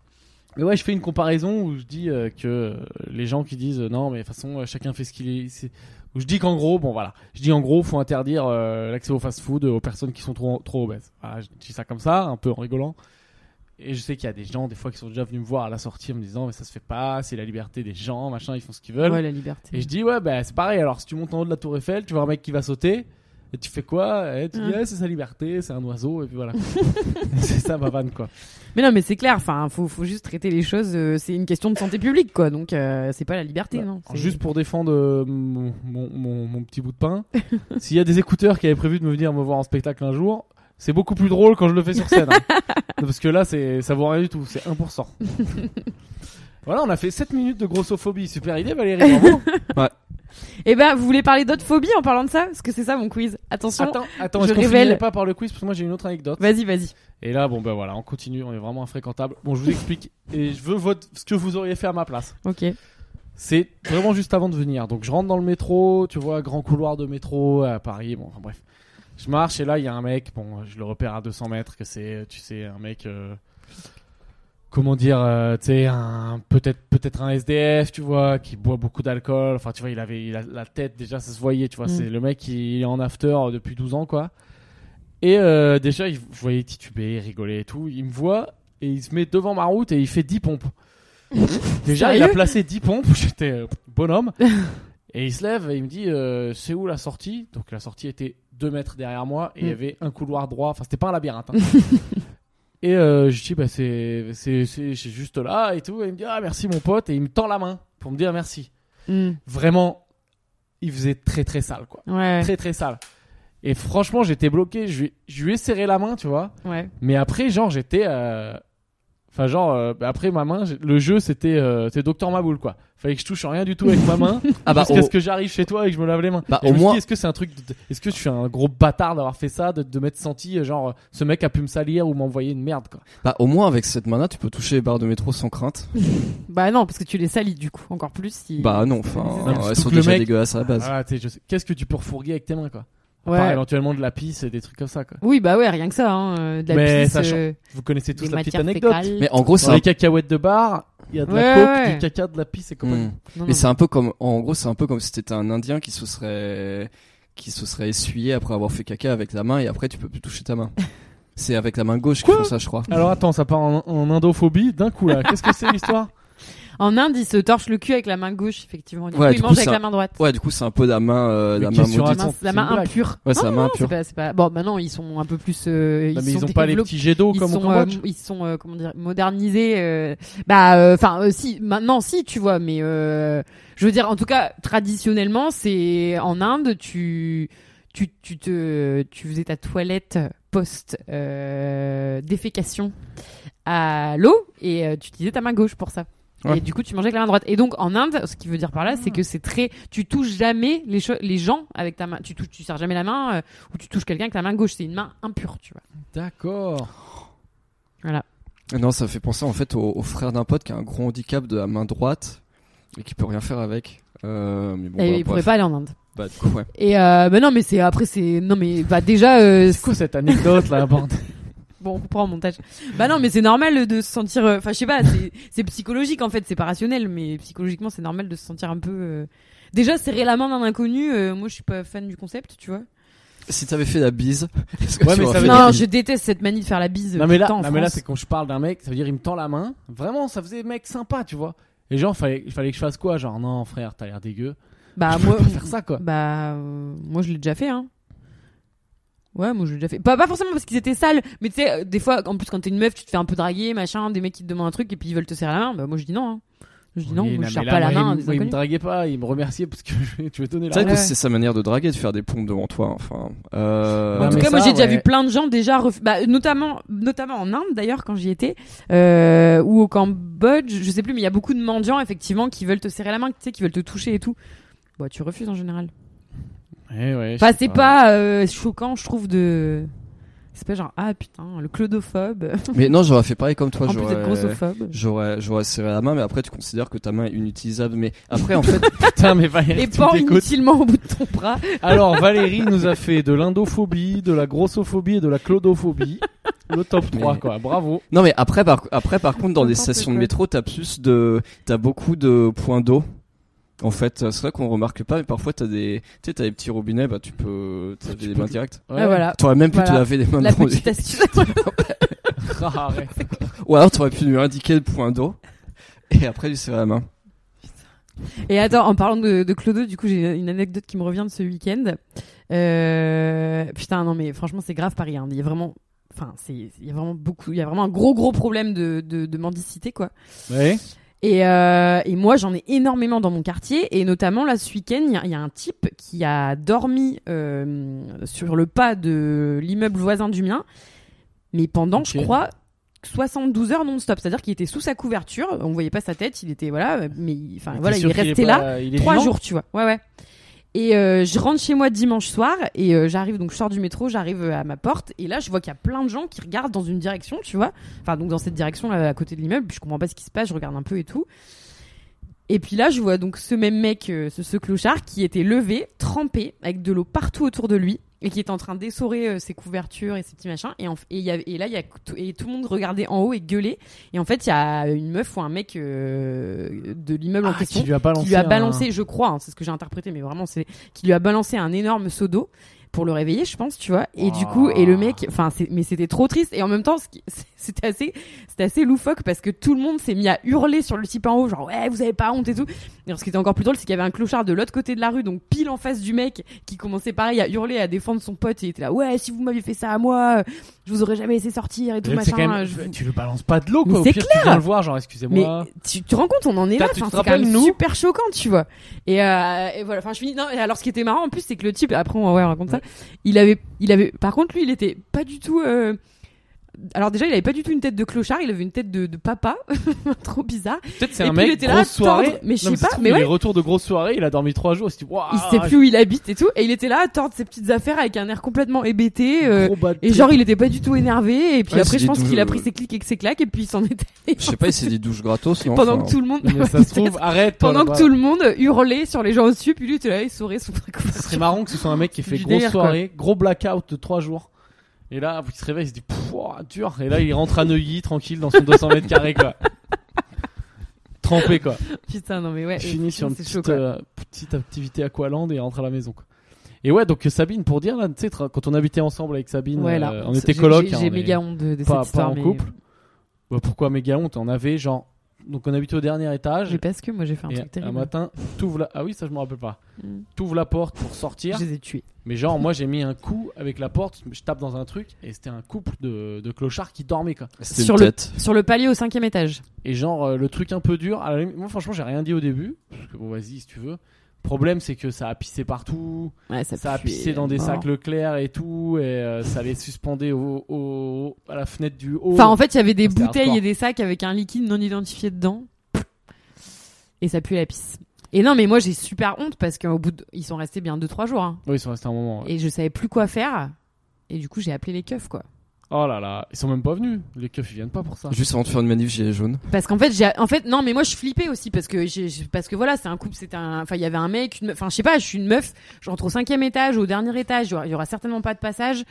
Mais ouais, je fais une comparaison où je dis euh, que euh, les gens qui disent euh, non, mais de toute façon, euh, chacun fait ce qu'il est. c'est- Où je dis qu'en gros, bon voilà, je dis en gros, faut interdire euh, l'accès au fast-food aux personnes qui sont trop, trop obèses. Voilà, je dis ça comme ça, un peu en rigolant. Et je sais qu'il y a des gens, des fois, qui sont déjà venus me voir à la sortie en me disant, mais ça se fait pas, c'est la liberté des gens, machin, ils font ce qu'ils veulent.
Ouais, la liberté.
Et je dis, ouais, bah, c'est pareil. Alors, si tu montes en haut de la Tour Eiffel, tu vois un mec qui va sauter. Et tu fais quoi Et Tu dis,
Ouais.
eh, c'est sa liberté, c'est un oiseau, et puis voilà. c'est ça ma vanne, quoi.
Mais non, mais c'est clair. Enfin, faut, faut juste traiter les choses. euh, c'est une question de santé publique, quoi. Donc, euh, c'est pas la liberté, non.
Alors,
c'est-
Juste pour défendre euh, mon, mon- mon- mon petit bout de pain, s'il y a des écouteurs qui avaient prévu de me venir me voir en spectacle un jour, c'est beaucoup plus drôle quand je le fais sur scène. hein. Parce que là, c'est, ça vaut rien du tout, c'est 1%. voilà, on a fait 7 minutes de grossophobie. Super idée, Valérie. bravo.
Eh ben, vous voulez parler d'autres phobies en parlant de ça Parce que c'est ça mon quiz. Attention.
Attends, attends
je
est-ce qu'on
révèle-
finirait pas par le quiz Parce que moi, j'ai une autre anecdote.
Vas-y, vas-y.
Et là, bon, ben voilà, on continue, on est vraiment infréquentable. Bon, je vous explique, et je veux votre, ce que vous auriez fait à ma place.
Ok.
C'est vraiment juste avant de venir. Donc, je rentre dans le métro, tu vois, grand couloir de métro à Paris, bon, enfin bref. Je marche, et là, il y a un mec, bon, je le repère à 200 mètres, que c'est, tu sais, un mec. euh, Comment dire, euh, tu sais, un- peut-être peut-être un SDF, tu vois, qui boit beaucoup d'alcool. Enfin, tu vois, il avait il a- la tête déjà, ça se voyait, tu vois.
Mm.
C'est le mec qui est en after depuis 12 ans, quoi. Et euh, déjà, il- je voyais tituber, rigoler et tout. Il me voit et il se met devant ma route et il fait 10 pompes. déjà, il a
Sérieux
placé 10 pompes. J'étais euh, bonhomme. et il se lève et il me dit euh, C'est où la sortie Donc la sortie était 2 mètres derrière moi et il y
Mm.
avait un couloir droit. Enfin, c'était pas un labyrinthe. hein. et euh, je dis bah, c'est, c'est, c'est, c'est juste là et tout. Et il me dit Ah, merci mon pote. Et il me tend la main pour me dire merci.
Hmm.
Vraiment, il faisait très très sale quoi
Ouais,
très très sale. Et franchement, j'étais bloqué. Je lui, je lui ai serré la main, tu vois.
ouais.
Mais après, genre, j'étais. euh, Enfin, genre, euh, bah, après ma main, j'ai- le jeu c'était euh, c'est Docteur Maboul quoi. Fallait que je touche rien du tout avec ma main.
Ah bah, au-
jusqu'à ce que j'arrive chez toi et que je me lave les mains.
Bah,
Et je
au
me suis
moins-
dit, est-ce que c'est un truc. de- Est-ce que je suis un gros bâtard d'avoir fait ça, de, de m'être senti, euh, genre, euh, ce mec a pu me salir ou m'envoyer une merde quoi.
bah, au moins avec cette main-là, tu peux toucher les barres de métro sans crainte.
Bah non, parce que tu les salis du coup, encore plus si.
Bah non,
Non,
enfin,
surtout
elles sont
que le
déjà
mec-
dégueulasses à la base.
Ah, tu sais, je sais- Qu'est-ce que tu peux refourguer avec tes mains quoi À
Ouais.
part éventuellement de la pisse et des trucs comme ça quoi.
Oui, bah ouais, rien que ça, hein, euh, de la
Mais
pisse,
ça change.
euh,
Vous connaissez tous
des
la petite
matières
anecdote.
fécales.
Mais en gros, c'est
Dans
un...
les cacahuètes de bar, il y a de
Ouais,
la coke,
ouais.
du caca, de la pisse et
Hmm.
compagnie.
Non, non.
Mais c'est un peu comme, en gros, c'est un peu comme si t'étais un Indien qui se serait, qui se serait essuyé après avoir fait caca avec la main et après tu peux plus toucher ta main. c'est avec la main gauche qu'ils
Quoi
font ça, je crois.
Alors attends, ça part en, en indophobie d'un coup là. Qu'est-ce que c'est l'histoire
En Inde, ils se torchent le cul avec la main gauche, effectivement. Du
Ouais,
coup, ils
du coup,
mangent avec
ça-
la main droite.
Ouais, du coup, c'est un peu la main, euh,
Mais
la
qui est
main
sur
La
un-
maudite.
main,
Attends,
la
c'est
main
une blague.
impure.
Ouais, c'est la
Non,
main
non, c'est
impure.
pas, c'est pas... Bon, maintenant, ils sont un peu plus. euh,
Non, mais
sont
ils ont pas les
développés.
petits jets d'eau
ils
comme au
sont, euh,
Cambodge.
ils sont euh, comment dire modernisés euh, bah enfin si maintenant si tu vois mais euh, je veux dire en tout cas traditionnellement c'est en Inde tu tu tu te tu faisais ta toilette post euh, défécation à l'eau et euh, tu utilisais ta main gauche pour ça
Ouais.
Et du coup, tu mangeais avec la main droite. Et donc, en Inde, ce qui veut dire par là, c'est que c'est très, tu touches jamais les, cho- les gens avec ta main, tu touches, tu serres jamais la main, euh, ou tu touches quelqu'un avec la main gauche. C'est une main impure, tu vois.
D'accord.
Non, ça fait penser en fait au, au frère d'un pote qui a un gros handicap de la main droite et qui peut rien faire avec. Euh, mais bon,
et
bah,
ils
bref.
pourraient pas aller en Inde.
Bah, du coup, ouais.
Et euh, bah non, mais c'est après c'est non mais bah déjà euh,
C'est quoi cette anecdote là, bande
bon on prend en montage. Bah non mais c'est normal de se sentir euh, enfin je sais pas c'est c'est psychologique en fait c'est pas rationnel mais psychologiquement c'est normal de se sentir un peu euh, déjà serrer la main d'un inconnu euh, moi je suis pas fan du concept tu vois.
Si t'avais fait la bise, est-ce que
Ouais,
tu
Ah, mais
aurais
ça
fait
veut
la
Non
bise
je déteste cette manie de faire la bise.
Non mais là,
tout le temps en
non, mais là
France.
c'est quand je parle d'un mec, ça veut dire il me tend la main. Vraiment, ça faisait mec sympa, tu vois. Et genre fallait fallait que je fasse quoi Genre non frère, t'as l'air dégueu.
bah
Je peux
moi
pas faire ça quoi.
bah euh, moi je l'ai déjà fait hein. Ouais, moi je l'ai déjà fait. Pas, pas forcément parce qu'ils étaient sales, mais tu sais, euh, des fois, en plus, quand t'es une meuf, tu te fais un peu draguer, machin, des mecs qui te demandent un truc et puis ils veulent te serrer la main. Bah, moi je dis non. Hein. Je dis non,
Oui,
moi, je
mais
serre
là,
pas la
moi,
main. à
Il,
des
moi, il me
inconnus.
draguait pas, il me remerciait parce que je, tu veux donner
C'est
la
vrai que
Ouais.
c'est sa manière de draguer, de faire des pompes devant toi. hein, Enfin, euh...
Ouais,
Bah, en tout
mais
cas, moi
ça,
j'ai déjà
ouais.
vu plein de gens déjà, ref- bah, notamment, notamment en Inde d'ailleurs quand j'y étais, euh, ou au Cambodge, je sais plus, mais il y a beaucoup de mendiants effectivement qui veulent te serrer la main, tu sais, qui veulent te toucher et tout. Bah tu refuses en général.
Eh ouais, je
Enfin
sais
c'est pas euh, choquant, je trouve de, c'est pas genre ah putain le clodophobe,
mais non, j'aurais fait pareil comme toi.
en plus d'être
J'aurais,
grossophobe.
j'aurais, j'aurais serré la main, mais après tu considères que ta main est inutilisable. Mais après, en fait,
Putain, mais Valérie,
Et
tu
pend
dégoûtes.
inutilement au bout de ton bras.
Alors, Valérie nous a fait de l'indophobie, de la grossophobie et de la clodophobie. Le top
Mais-
3, quoi. Bravo.
non, mais après, par, après, par contre, dans les
N'importe
stations de
quoi.
métro, t'as plus de, t'as beaucoup de points d'eau. En fait, c'est vrai qu'on remarque pas, mais parfois t'as des, tu sais, t'as des petits robinets, bah tu peux, t'as
Tu
des
peux-
mains directes.
Ouais.
Ah, voilà.
T'aurais même pu te
Voilà.
laver les mains
La
devant lui.
petite astuce.
Ah, arrête.
Ou alors t'aurais pu lui indiquer le point d'eau et après lui serrer la main.
Et attends, en parlant de, de Clodo, du coup, j'ai une anecdote qui me revient de ce week-end. Euh, putain, non, mais franchement, c'est grave Paris. hein. Il y a vraiment, enfin, c'est, il y a vraiment beaucoup, il y a vraiment un gros, gros problème de, de, de mendicité, quoi.
Ouais.
Et, euh, et moi, j'en ai énormément dans mon quartier. Et notamment, là, ce week-end, il y a- il y, a un type qui a dormi euh, sur le pas de l'immeuble voisin du mien. Mais pendant, je
Ok.
crois, 72 heures non-stop. C'est-à-dire qu'il était sous sa couverture. On voyait pas sa tête. Il était, voilà, mais il- enfin,
T'es
voilà, il
sûr
est
qu'il
resté
pas-
là
il est
trois
vivant
jours, tu vois. Ouais, ouais. Et euh, je rentre chez moi dimanche soir et euh, j'arrive donc je sors du métro, j'arrive euh, à ma porte et là je vois qu'il y a plein de gens qui regardent dans une direction, tu vois. Enfin donc dans cette direction là à côté de l'immeuble, puis je comprends pas ce qui se passe, je regarde un peu et tout. Et puis là je vois donc ce même mec, euh, ce, ce clochard qui était levé, trempé, avec de l'eau partout autour de lui et qui est en train d'essorer euh, ses couvertures et ses petits machins et, en f- et, il y avait- et là il y a tout, et tout le monde regardait en haut et gueulait et en fait il y a une meuf ou un mec euh, de l'immeuble en
Ah,
question
qui lui a balancé.
qui lui a
un-
balancé, je crois, hein, c'est ce que j'ai interprété, mais vraiment, c'est qui lui a balancé un énorme seau d'eau pour le réveiller, je pense, tu vois. Et du coup, et le mec, enfin, c'est- mais c'était trop triste. Et en même temps, ce qui- c'était assez, c'était assez loufoque parce que tout le monde s'est mis à hurler sur le type en haut, genre ouais, vous avez pas honte et tout. Et alors, ce qui était encore plus drôle, c'est qu'il y avait un clochard de l'autre côté de la rue, donc pile en face du mec, qui commençait pareil à hurler, à défendre son pote. Et il était là, ouais, si vous m'aviez fait ça à moi, euh, je vous aurais jamais laissé sortir et tout
C'est
machin.
quand même-
je vous-
Tu lui balances pas de l'eau,
Mais
quoi. Au
c'est
pire, tu viens le voir, genre,
mais
excusez-moi.
tu te rends compte, on en est
Putain,
là.
tu te
Enfin, c'est quand
rappelles,
même
nous
super choquant, tu vois. Et, euh, et voilà. Enfin, je finis. Non, et alors, ce qui était marrant en plus, c'est que le type, après, on, ouais, on raconte ça. Il avait, il avait. Par contre, lui, il était pas du tout. euh, Alors déjà, il avait pas du tout une tête de clochard, il avait une tête de, de papa, trop bizarre.
Peut-être c'est
Et
un
puis, il
mec
était là,
grosse
tendre.
soirée.
Mais je
Non,
sais
ça se
pas,
trouve,
mais
il est
ouais.
retour de grosse soirée, il a dormi trois jours, il s'est dit waouh.
Il sait plus où il habite et tout, et il était là à tordre ses petites affaires avec un air complètement hébété. euh,
gros bad
et
trip.
genre, il était pas du tout énervé. Et puis
Ouais,
après,
c'est
je pense
des
qu'il a
doux-
pris ses clics et ses claques, et puis il s'en était
euh, Je sais pas, il s'est dit douche gratos, non
pendant
enfin,
que tout le monde.
Mais ça se trouve, arrête. toi,
Pendant que
là-bas.
tout le monde hurlait sur les gens au-dessus, puis lui, tu là, il sourit sous la
Ce serait
couverture.
marrant que ce soit un mec qui fait
Du
grosse
délire, quoi.
soirée, gros blackout de 3 jours. Et là, il se réveille, il se dit Pff, ouah, dur. Et là, il rentre à Neuilly, tranquille, dans son 200 mètres carrés, quoi. Trempé, quoi.
Putain, non mais ouais.
Je
et
finis sur une
c'est chaud,
petite,
quoi.
euh, petite activité Aqualand et rentre à la maison, quoi. Et ouais, donc euh, Sabine, pour dire, là, tu sais, tra- quand on habitait ensemble avec Sabine,
Ouais, là,
euh, on
c'est-
était
j'ai-
coloc.
J'ai
hein,
j'ai
on est-
méga honte de, de
pas,
cette histoire.
pas en
mais-
couple. Bah, pourquoi méga honte On avait genre. Donc on habitait au dernier étage.
Mais parce que moi j'ai fait un
Et
truc terrible.
un matin, t'ouvres la. Ah oui, ça je me rappelle pas.
Mm.
T'ouvres la porte pour sortir.
Je les ai tués.
Mais genre, moi j'ai mis un coup avec la porte. Je tape dans un truc et c'était un couple de, de clochards qui dormaient quoi.
C'était
sur
une
le-
tête.
Sur le palier au cinquième étage.
Et genre, euh, le truc un peu dur. à la limite- moi franchement, j'ai rien dit au début. Parce que bon, vas-y si tu veux. Problème, c'est que ça a pissé partout.
Ouais, ça, Oh.
Ça a
puait
pissé dans des
mort.
sacs Leclerc et tout. Et euh, ça les suspendait au, au- à la fenêtre du haut.
Enfin, en fait, il y avait des
C'était
bouteilles
hardcore.
et des sacs avec un liquide non identifié dedans. Et ça pue la pisse. Et non, mais moi j'ai super honte parce qu'au bout de... Ils sont restés bien 2-3 jours. hein.
Oui, ils sont restés un moment. ouais.
Et je savais plus quoi faire. Et du coup, j'ai appelé les keufs quoi.
Oh là là, ils sont même pas venus. Les keufs, ils viennent pas pour ça.
Juste avant de faire une manif gilet jaune.
Parce qu'en fait, j'ai, en fait, non, mais moi je flippais aussi parce que, j'ai- j'ai- parce que voilà, c'est un couple, c'était un, enfin, il y avait un mec, une meuf, enfin, je sais pas, je suis une meuf, je rentre au cinquième étage, au dernier étage, il y aura- il y aura certainement pas de passage.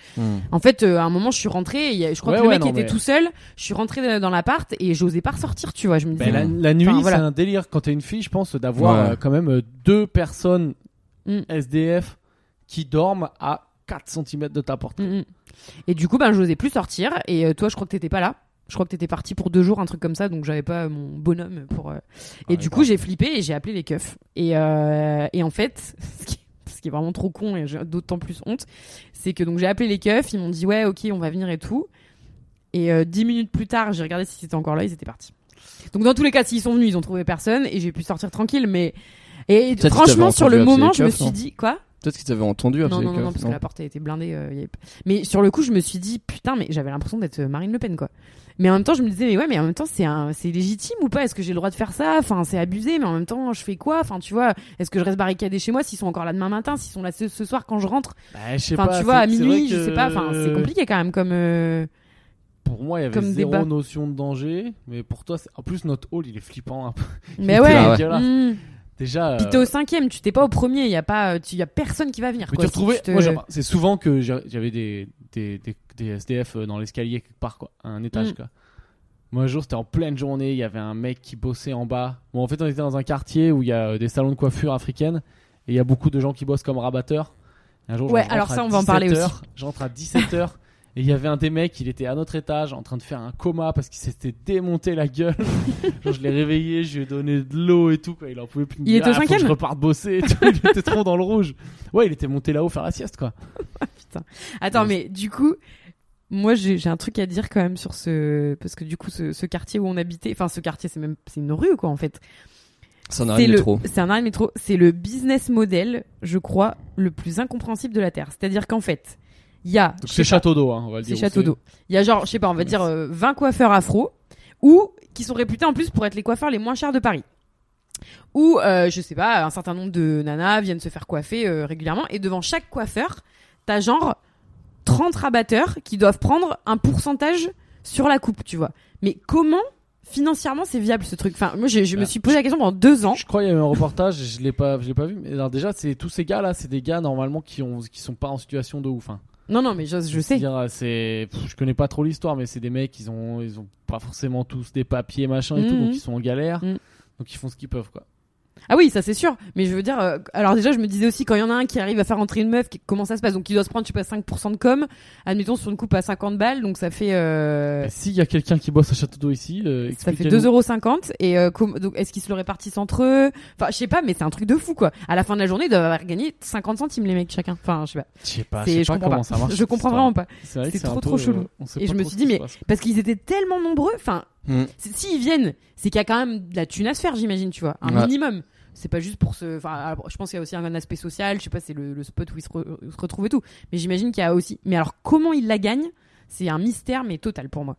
En fait, euh, à un moment, je suis rentrée, et il y a- je crois
Ouais,
que le
ouais,
mec
non,
était
mais-
tout seul, je suis rentrée dans l'appart et j'osais pas ressortir, tu vois, je me
Ben,
disais.
la, la nuit,
Enfin, voilà.
c'est un délire quand t'es une fille, je pense, d'avoir
Ouais.
euh, quand même euh, deux personnes
Mm.
SDF qui dorment à 4 cm de ta porte.
Mm, mm. Et du coup, ben, j'osais plus sortir et euh, toi, je crois que t'étais pas là. Je crois que t'étais parti pour deux jours, un truc comme ça, donc j'avais pas euh, mon bonhomme pour. euh, Et
Ouais,
du
grave.
coup, j'ai flippé et j'ai appelé les keufs. Et, euh, et en fait, ce qui, ce qui est vraiment trop con et j'ai d'autant plus honte, c'est que donc j'ai appelé les keufs, ils m'ont dit ouais, ok, on va venir et tout. Et euh, dix minutes plus tard, j'ai regardé s'ils étaient encore là, ils étaient partis. Donc dans tous les cas, s'ils sont venus, ils ont trouvé personne et j'ai pu sortir tranquille. Mais et
Peut-être qu'ils
franchement,
t'avaient
sur le
entendu appeler
moment,
les
je me
keufs, hein.
suis
non
dit quoi
Peut-être qu'ils t'avaient entendu
non,
après
non,
les
non, non,
keufs,
parce
non
que la porte elle était blindée. euh, il y avait pas- Mais sur le coup, je me suis dit, putain, mais j'avais l'impression d'être euh, Marine Le Pen, quoi. Mais en même temps, je me disais, mais ouais, mais en même temps, c'est un... c'est légitime ou pas Est-ce que j'ai le droit de faire ça Enfin, c'est abusé, mais en même temps, je fais quoi Enfin, tu vois, est-ce que je reste barricadée chez moi s'ils sont encore là demain matin, s'ils sont là ce, ce soir quand je rentre
Bah, je sais
Enfin,
pas,
tu vois, à
c'est- c'est vrai
minuit, je
que-
sais pas. Enfin, c'est compliqué quand même comme. euh,
Pour moi, il y avait
Comme
zéro
débat.
notion de danger, mais pour toi, c'est- en plus, notre hall, il est flippant. un peu.
Mais
était
ouais.
là, ouais.
hmm.
Déjà. hein. euh,
Puis t'es au cinquième, tu t'es pas au premier. Il y a pas, euh, tu y a personne qui va venir.
mais
quoi,
tu
si
retrouvais.
te-
moi, j'ai- c'est souvent que j'ai- j'avais des, des, des, des SDF euh, dans l'escalier quelque part, quoi, à un étage,
Mm.
quoi. Moi, un jour, c'était en pleine journée, il y avait un mec qui bossait en bas. Bon, en fait, on était dans un quartier où il y a euh, des salons de coiffure africaines et il y a beaucoup de gens qui bossent comme rabatteurs. Et Un jour,
Ouais,
j'entre
alors
à
ça, on va en parler
17 heures, J'entre à 17h et il y avait un des mecs, il était à notre étage en train de faire un coma parce qu'il s'était démonté la gueule. Genre, je l'ai réveillé, je lui ai donné de l'eau et tout, quoi. Il en pouvait plus. me
Il
dire,
était au
Ah, faut que
cinquième
Je repars bosser et tout. Il était trop dans le rouge. Ouais, il était monté là-haut faire la sieste, quoi.
Attends, mais du coup, moi j'ai j'ai un truc à dire quand même sur ce. Parce que du coup, ce, ce quartier où on habitait, enfin ce quartier, c'est même c'est une rue quoi en fait.
Ça
C'est
n'arrive
le-
trop.
C'est un arrêt de métro. C'est le business model, je crois, le plus incompréhensible de la Terre. C'est-à-dire qu'en fait, il y a.
Donc, c'est château d'eau, hein, on va le
C'est
dire.
château
où
d'eau. Il y a genre, je sais pas, on va dire euh, 20 coiffeurs afro ou qui sont réputés en plus pour être les coiffeurs les moins chers de Paris. Ou euh, je sais pas, un certain nombre de nanas viennent se faire coiffer euh, régulièrement et devant chaque coiffeur, t'as genre 30 rabatteurs qui doivent prendre un pourcentage sur la coupe, tu vois. Mais comment financièrement c'est viable ce truc Enfin, moi je, je me
Bah,
suis posé la question pendant deux ans.
Je crois qu'il y a eu un reportage, je l'ai pas, je l'ai pas vu. Mais alors déjà, c'est tous ces gars-là, c'est des gars normalement qui ont, qui sont pas en situation de ouf. hein.
Non, non, mais je, je sais.
C'est-à-dire, euh, c'est, pff, je connais pas trop l'histoire, mais c'est des mecs, ils ont, ils ont pas forcément tous des papiers machin et tout,
Mhm.
donc ils sont en galère,
Mhm.
donc ils font ce qu'ils peuvent, quoi.
Ah oui, ça c'est sûr. Mais je veux dire, euh, alors déjà, je me disais aussi quand il y en a un qui arrive à faire entrer une meuf, qui- comment ça se passe Donc il doit se prendre, je sais pas, 5% de com. Admettons sur une coupe à 50 balles, donc ça fait euh,
Et S'il y a quelqu'un qui bosse à Château d'eau ici, euh,
ça fait
expliquez-nous.
2,50 Et euh, com- donc est-ce qu'ils se le répartissent entre eux Enfin, je sais pas, mais c'est un truc de fou quoi. À la fin de la journée, ils doivent avoir gagné 50 centimes les mecs chacun. Enfin, je sais pas.
Je sais pas, Bah, je
C'est-
sais
je
pas
comprends
comment
pas.
ça marche.
je comprends vraiment pas.
C'est vrai que
C'est
un
trop,
peu,
trop
euh,
chelou.
on sait
Et
pas
je me
trop
suis
ce
dit,
qui
mais-
se passe.
Parce qu'ils étaient tellement nombreux. Enfin,
Mm.
c'est- s'ils viennent, c'est qu'il y a quand même de la thunasse à se faire, j'imagine, tu vois, un
Ouais.
minimum. C'est pas juste pour se. Enfin, alors, je pense qu'il y a aussi un aspect social. Je sais pas, c'est le, le spot où ils se, re- se retrouvent et tout. Mais j'imagine qu'il y a aussi. Mais alors, comment ils la gagnent C'est un mystère mais total pour moi.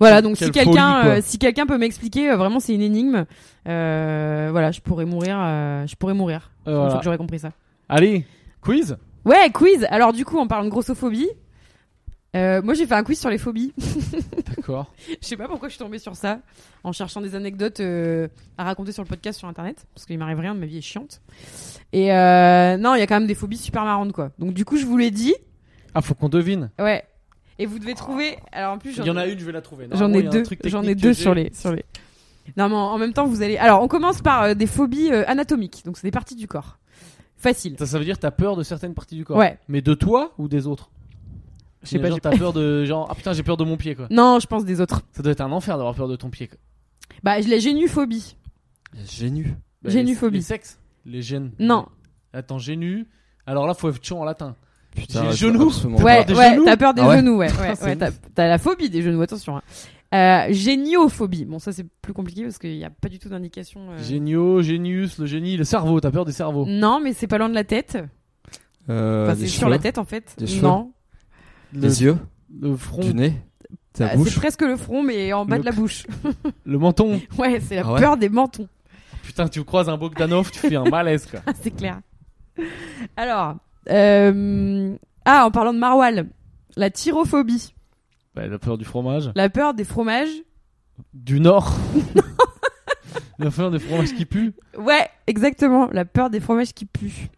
Voilà, donc si
Quelle folie,
quelqu'un
quoi.
euh, si quelqu'un peut m'expliquer euh, vraiment c'est une énigme, euh, voilà, je pourrais mourir euh, je pourrais mourir.
Euh,
Une fois
voilà.
que j'aurais compris ça.
Allez, quiz
Ouais, quiz. Alors du coup, en parlant de grossophobie, euh, moi j'ai fait un quiz sur les phobies.
D'accord.
Je sais pas pourquoi je suis tombée sur ça en cherchant des anecdotes euh, à raconter sur le podcast sur internet parce qu'il m'arrive rien de ma vie est chiante. Et euh, non, il y a quand même des phobies super marrantes quoi. Donc du coup, je vous l'ai dit.
Ah, faut qu'on devine.
Ouais. Et vous devez trouver. Alors en plus, j'en
Il y en a une, je vais la trouver.
J'en
Normalement,
ai
il y a un
deux.
truc
J'en ai
technique
deux
que
sur
j'ai.
les sur les. Non, mais en, en même temps, vous allez. Alors, on commence par euh, des phobies euh, anatomiques. Donc, c'est des parties du corps. Facile.
Ça, ça veut dire t'as peur de certaines parties du corps.
Ouais.
Mais de toi ou des autres
Je sais
Mais
pas.
Genre
j'ai-
t'as peur de genre ah putain j'ai peur de mon pied quoi.
Non, je pense des autres.
Ça doit être un enfer d'avoir peur de ton pied. Quoi.
Bah, je l'ai génuphobie.
Génu.
Bah,
Génuphobie.
Les, les sexes, les gènes.
Non.
Attends génu. Alors là faut être chiant en latin.
Bah, Putain,
J'ai genou.
absolument
Ouais,
des
ouais,
genoux
t'as peur des
Ah ouais.
genoux, ouais. ouais,
c'est
ouais,
ouf.
t'as, t'as la phobie des genoux, attention. hein. Euh, géniophobie. Bon, ça c'est plus compliqué parce qu'il n'y a pas du tout d'indication. euh.
Génio, génius, le génie, le cerveau. T'as peur des cerveaux.
Non, mais c'est pas loin de la tête.
pas. Euh,
Enfin,
des
c'est sur
cheveux,
la tête en fait.
Des cheveux.
non.
Le,
Les yeux,
le front,
du nez, ta
Ah, c'est
bouche.
presque le front, mais en bas
Le
de la bouche.
le menton.
ouais, c'est la
Ah ouais
peur des mentons.
Putain tu croises un Bogdanov, tu fais un malaise quoi.
Ah, c'est clair. Alors, euh, ah, en parlant de Marwal, la tyrophobie,
Bah, la peur du fromage.
la peur des fromages.
Du nord. la peur des fromages qui puent.
Ouais, exactement, la peur des fromages qui puent.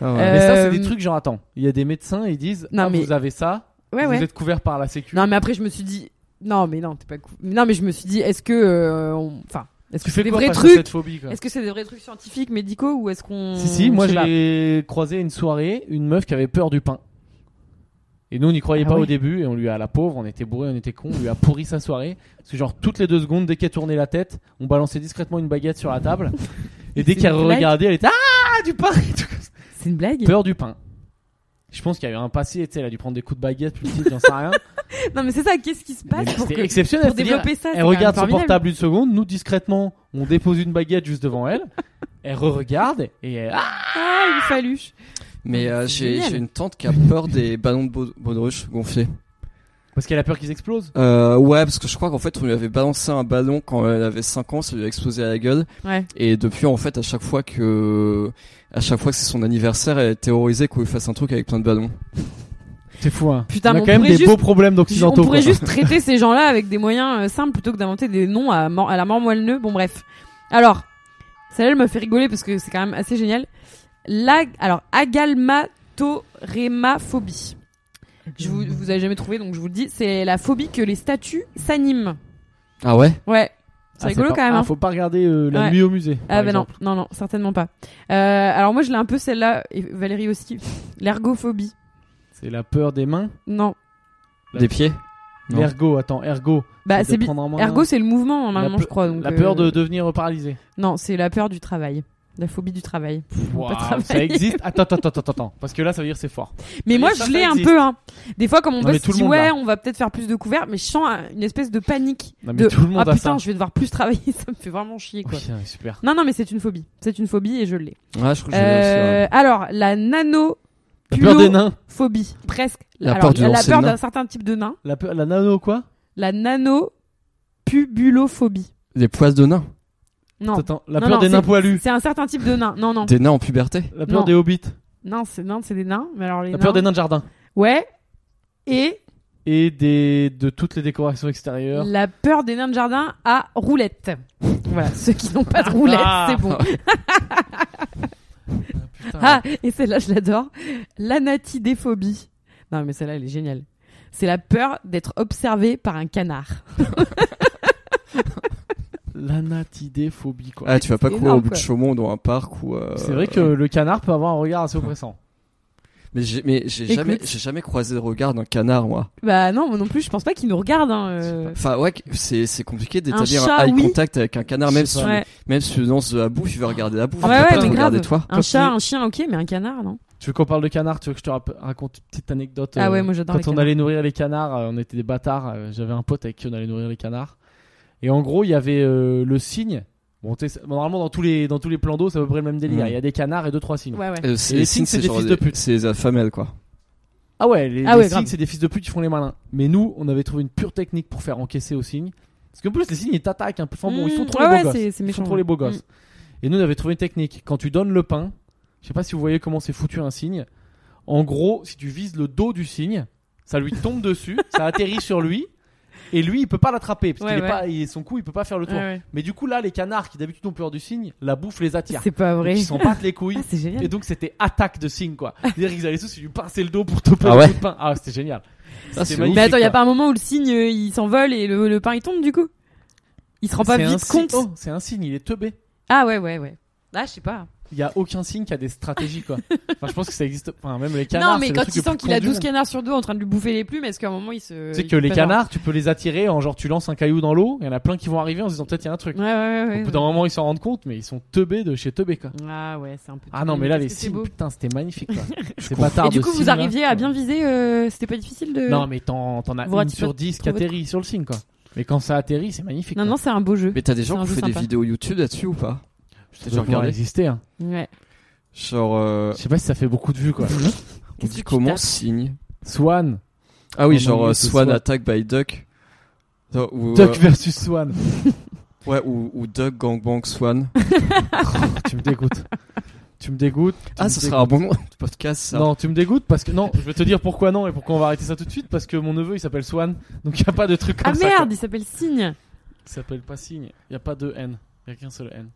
Ah ouais.
Euh,
Mais ça c'est des trucs genre attends. Il y a des médecins ils disent
Non,
ah,
mais-
vous avez ça.
Ouais,
vous
ouais.
êtes couvert par la sécu.
Non, mais après, je me suis dit, non, mais non, t'es pas cou- Non, mais je me suis dit, est-ce que, euh, on- enfin, est-ce que
Tu
c'est
fais
des
quoi
vrais
face à
trucs
cette phobie quoi
Est-ce que c'est des vrais trucs scientifiques, médicaux, ou est-ce qu'on
Si, si, moi
je sais pas.
j'ai croisé une soirée une meuf qui avait peur du pain. Et nous, on n'y croyait
Ah
pas
oui.
au début, et on lui a la pauvre, on était bourré, on était con, on lui a pourri sa soirée. Parce que, genre, toutes les deux secondes, dès qu'elle tournait la tête, on balançait discrètement une baguette sur la table. Et dès
C'est
qu'elle
une blague
regardait, elle était Ah, du pain et tout.
C'est une blague
Peur du pain. Je pense qu'il y a eu un passé, tu sais, elle a dû prendre des coups de baguette plus petites, j'en sais rien.
Non, mais c'est ça. Qu'est-ce qui se
Mais
passe pour
C'était
que
exceptionnel.
pour
c'est dire,
développer ça c'est
elle
quand même
regarde son
formidable.
portable une seconde, nous discrètement, on dépose une baguette juste devant elle, elle re-regarde, et elle, Ah
Ah, une faluche.
Mais euh,
C'est
j'ai
génial.
j'ai une tante qui a peur des ballons de bau- baudruche gonflés.
Parce qu'elle a peur qu'ils explosent.
Euh, ouais, parce que je crois qu'en fait, on lui avait balancé un ballon quand elle avait 5 ans, ça lui a explosé à la gueule.
Ouais.
Et depuis, en fait, à chaque fois que, à chaque fois que c'est son anniversaire, elle est terrorisée qu'on lui fasse un truc avec plein de ballons.
C'est fou, hein.
Putain,
on a
mais on
quand même des
pourrait juste-
beaux problèmes d'occidentaux.
on pourrait
quoi.
juste traiter ces gens-là avec des moyens euh, simples plutôt que d'inventer des noms à, mor- à la mort moelle-neu. Bon, bref. Alors, celle-là, elle me fait rigoler parce que c'est quand même assez génial. La, alors, agalmatorémaphobie. Je vous, vous avez jamais trouvé, donc je vous le dis. C'est la phobie que les statues s'animent.
Ah ouais?
Ouais. C'est
Ah,
rigolo
pas-
quand même.
ah,
hein.
faut pas regarder euh, la
Ouais.
nuit au musée.
Ah
par
ben non,
exemple.
non, non, certainement pas. Euh, alors moi je l'ai un peu celle-là, et Valérie aussi. L'ergophobie.
C'est la peur des mains.
Non.
La-
Des pieds? Non.
L'ergo, attends, ergo.
Bah
de
c'est bi-
prendre en main-
Ergo c'est le mouvement hein,
La
normalement
pe-
je crois. Donc,
La
euh,
peur de devenir paralysé.
Non, c'est la peur du travail. La phobie du travail.
Waouh,
pas travailler.
ça existe. Attends, attends, attends, attends, attends. Parce que là, ça veut dire que c'est fort.
Mais
Ça,
moi,
ça
je l'ai un
existe.
peu. Hein. Des fois, comme on
Non,
bosse,
mais
je
tout le
dis
monde
ouais,
l'a.
on va peut-être faire plus de couverts, mais je sens un- une espèce de panique.
Non, mais
de
tout le monde
ah
a
putain,
ça.
je vais devoir plus travailler, ça me fait vraiment chier quoi.
Oui, hein, super.
Non, non, mais c'est une phobie. C'est une phobie et je l'ai.
Ouais, je crois que j'ai
Euh, alors, la nano.
La peur des nains.
Phobie, presque.
La
Alors,
peur du
la
lancer
peur
de nain.
d'un certain type de nain.
La, peur, la nano, quoi
La nanopubulophobie.
Des poisses de nains.
Non.
Attends, la
Non,
peur
non,
des nains
c'est-
poilus.
C'est un certain type de nain. Non, non.
Des nains en puberté.
La peur
Non.
des hobbits.
Non, c'est non, c'est des nains. Mais alors les
La peur des nains de jardin.
Ouais. Et
Et des, de toutes les décorations extérieures.
La peur des nains de jardin à roulette. Voilà, ceux qui n'ont pas de roulette,
Ah.
c'est bon.
Putain.
Ah, et celle-là, je l'adore. L'anatidéphobie. Non, mais celle-là, elle est géniale. C'est la peur d'être observé par un canard.
L'anatidéphobie, quoi.
Ah, tu vas pas
C'est
courir
énorme,
au bout
quoi.
de Chaumont dans un parc ou. euh,
C'est vrai que le canard peut avoir un regard assez oppressant.
Mais j'ai, mais j'ai
Écoute.
jamais, j'ai jamais croisé le regard d'un canard, moi.
Bah non, moi non plus, je pense pas qu'il nous regarde. Hein, euh.
Enfin, ouais, que- c'est, c'est compliqué d'établir
chat,
un eye
oui.
contact avec un canard, même
Je sais
si,
pas.
Ouais.
même si tu danses de la bouffe, il va regarder la bouffe.
Ouais,
il va
ouais,
pas te
mais
regarder
grave.
toi.
Un
Quand
chat,
tu-
un chien, ok, mais un canard, non
Tu veux qu'on parle de canard Tu veux que je te rap- raconte une petite anecdote
Ah
euh,
ouais, moi, j'adore les
Quand on
canards.
allait nourrir les canards, euh, on était des bâtards. euh, J'avais un pote avec qui on allait nourrir les canards. Et en gros, il y avait euh, le signe. Bon, tu sais, c'est- normalement, dans tous les, dans tous les plans d'eau, c'est à peu près le même délire.
Mm.
Il y a des canards et deux, trois signes.
Ouais, ouais.
Euh,
Et
c'est,
les signes, c'est des
genre
fils
des-
de pute.
C'est la femelle, quoi.
Ah ouais, les,
Ah
les
ouais,
cygnes,
grave.
c'est des fils de pute qui font les malins. Mais nous, on avait trouvé une pure technique pour faire encaisser aux cygnes. Parce qu'en plus, les cygnes, ils t'attaquent un peu. Enfin bon, ils sont
Mmh,
trop
ouais,
les
ouais,
beaux gosses.
c'est- c'est
Ils sont
méchant, Mm.
trop les beaux
ouais. Mmh.
gosses. Et nous, on avait trouvé une technique. Quand tu donnes le pain, je sais pas si vous voyez comment c'est foutu un cygne. En gros, si tu vises le dos du cygne, ça lui tombe dessus, ça atterrit sur lui. Et lui, il peut pas l'attraper parce
Ouais,
qu'il est
ouais.
pas, il- son cou, il peut pas faire le tour. Mais du coup, là, les canards qui d'habitude ont peur du cygne, la bouffe les attire.
C'est pas vrai.
Donc, Ils s'en battent les couilles.
Ah, c'est génial.
Et donc c'était attaque de signe quoi. C'est-à-dire qu'ils allaient tous lui pincer le dos pour taper
Ah
le
ouais.
coup de pain. Ah c'était génial.
Ah,
C'était
c'est
magnifique,
Mais attends, y a
quoi.
pas un moment où le cygne euh, il s'envole et le, le pain il tombe du coup Il se rend pas
C'est un
vite
signe-
compte
oh, c'est un signe, il est teubé.
Ah ouais, ouais, ouais. Ah, je sais pas.
Il y a aucun signe qui a des stratégies quoi. enfin je pense que ça existe. Enfin même les canards.
Non, mais
c'est le
quand
truc
il
le
sent
plus
qu'il a
con du
12
monde.
canards sur deux en train de lui bouffer les plumes, est-ce qu'à un moment il se.
Tu sais
il
que les
fait pas
canards, tu peux les attirer en genre tu lances un caillou dans l'eau. Il y en a plein qui vont arriver en se disant peut-être il y a un truc.
genre- Ouais, ouais, ouais.
Au
ouais,
bout d'un moment ils s'en rendent compte mais ils sont teubés de chez teubé quoi.
ouais. Ah ouais, c'est un peu.
Ah non mais là les
Qu'est-ce que c'est
signes
beau.
putain c'était magnifique quoi. C'est
comprends.
bâtard
Et du
de
coup, vous
signes, là.
arriviez à bien viser, euh, c'était pas difficile de.
Non mais t'en t'en as
Vous
une
ratez
sur
pas
10 qui
trouver-
atterrit sur le signe quoi. Mais quand ça atterrit c'est magnifique.
non,
quoi.
non, c'est un beau jeu.
Mais t'as des
C'est
gens
un
qui
jeu
font des
sympa.
vidéos YouTube là-dessus ou pas
Ça
J'ai
doit pouvoir
regardé. Euh.
exister. Hein.
Ouais.
Genre, euh,
Je sais pas si ça fait beaucoup de vues quoi.
on
que
dit
tu
comment
tapes
signe
Swan,
Ah oui,
En
genre
anglais,
euh,
c'est
Swan
Swan.
Attack by Duck. Non, Ou,
Duck versus Swan.
euh, ouais, ou, ou Duck Gangbang Swan.
tu me dégoûtes. Tu me dégoûtes. tu
ah,
me
ça
dégoûtes.
sera un bon moment de podcast ça.
Non, tu me dégoûtes parce que non, je vais te dire pourquoi non et pourquoi on va arrêter ça tout de suite parce que mon neveu il s'appelle Swan, donc il y a pas de truc comme
Ah
ça.
merde,
quoi.
il s'appelle Cygne.
Il s'appelle pas signe, il y a pas de N, il y a qu'un seul N.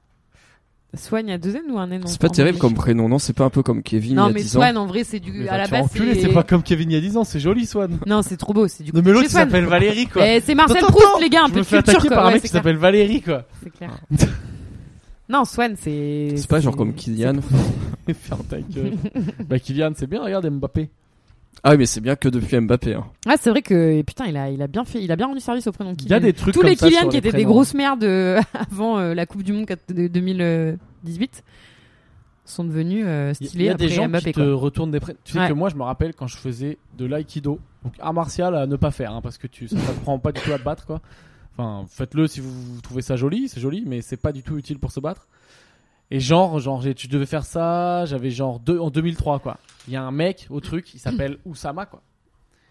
Swan, il y a deux N ou un N en-
C'est pas
en
terrible
anglais
comme prénom, non C'est pas un peu comme Kevin il
Non,
y a
mais
10 ans
Swan, en vrai, c'est du.
Mais
À
va
la
te
base,
faire enculer, c'est pas comme Kevin il y a 10 ans, c'est joli Swan.
Non, c'est trop beau, c'est du.
Non mais l'autre il
c'est Swan.
s'appelle Valérie quoi.
Eh, C'est Marcel
Attends,
Proust,
attends,
les gars, un
je
peu
me
de
fais
culture
attaquer
quoi.
par un
Ouais,
mec qui
c'est clair.
s'appelle Valérie quoi.
C'est clair. Non, Swan, c'est.
C'est pas genre comme Kylian.
Faire ta gueule. bah Kylian, c'est bien, regarde Mbappé.
Ah oui, mais c'est bien que depuis Mbappé. hein.
Ah, c'est vrai que putain, il a, il a bien fait, il a bien rendu service au prénom
Il y a
Kylian.
des trucs
Tous
comme
les
ça
Kylian
sur
qui
les
étaient des
prénoms.
grosses merdes euh, avant euh, la Coupe du Monde quatre- de 2018 sont devenus euh,
Il y a-
stylés
il y a
après
des gens
Mbappé.
qui te
quoi.
retournent des prêts. Tu sais
Ouais.
que moi, je me rappelle quand je faisais de l'aïkido, donc art martial à ne pas faire, hein, parce que tu, ça ne prend pas du tout à te battre, quoi. Enfin, faites-le si vous, vous trouvez ça joli, c'est joli, mais c'est pas du tout utile pour se battre. Et genre, genre, j'ai- tu devais faire ça. J'avais genre deux, en 2003, quoi. Il y a un mec au truc, il s'appelle Oussama, quoi.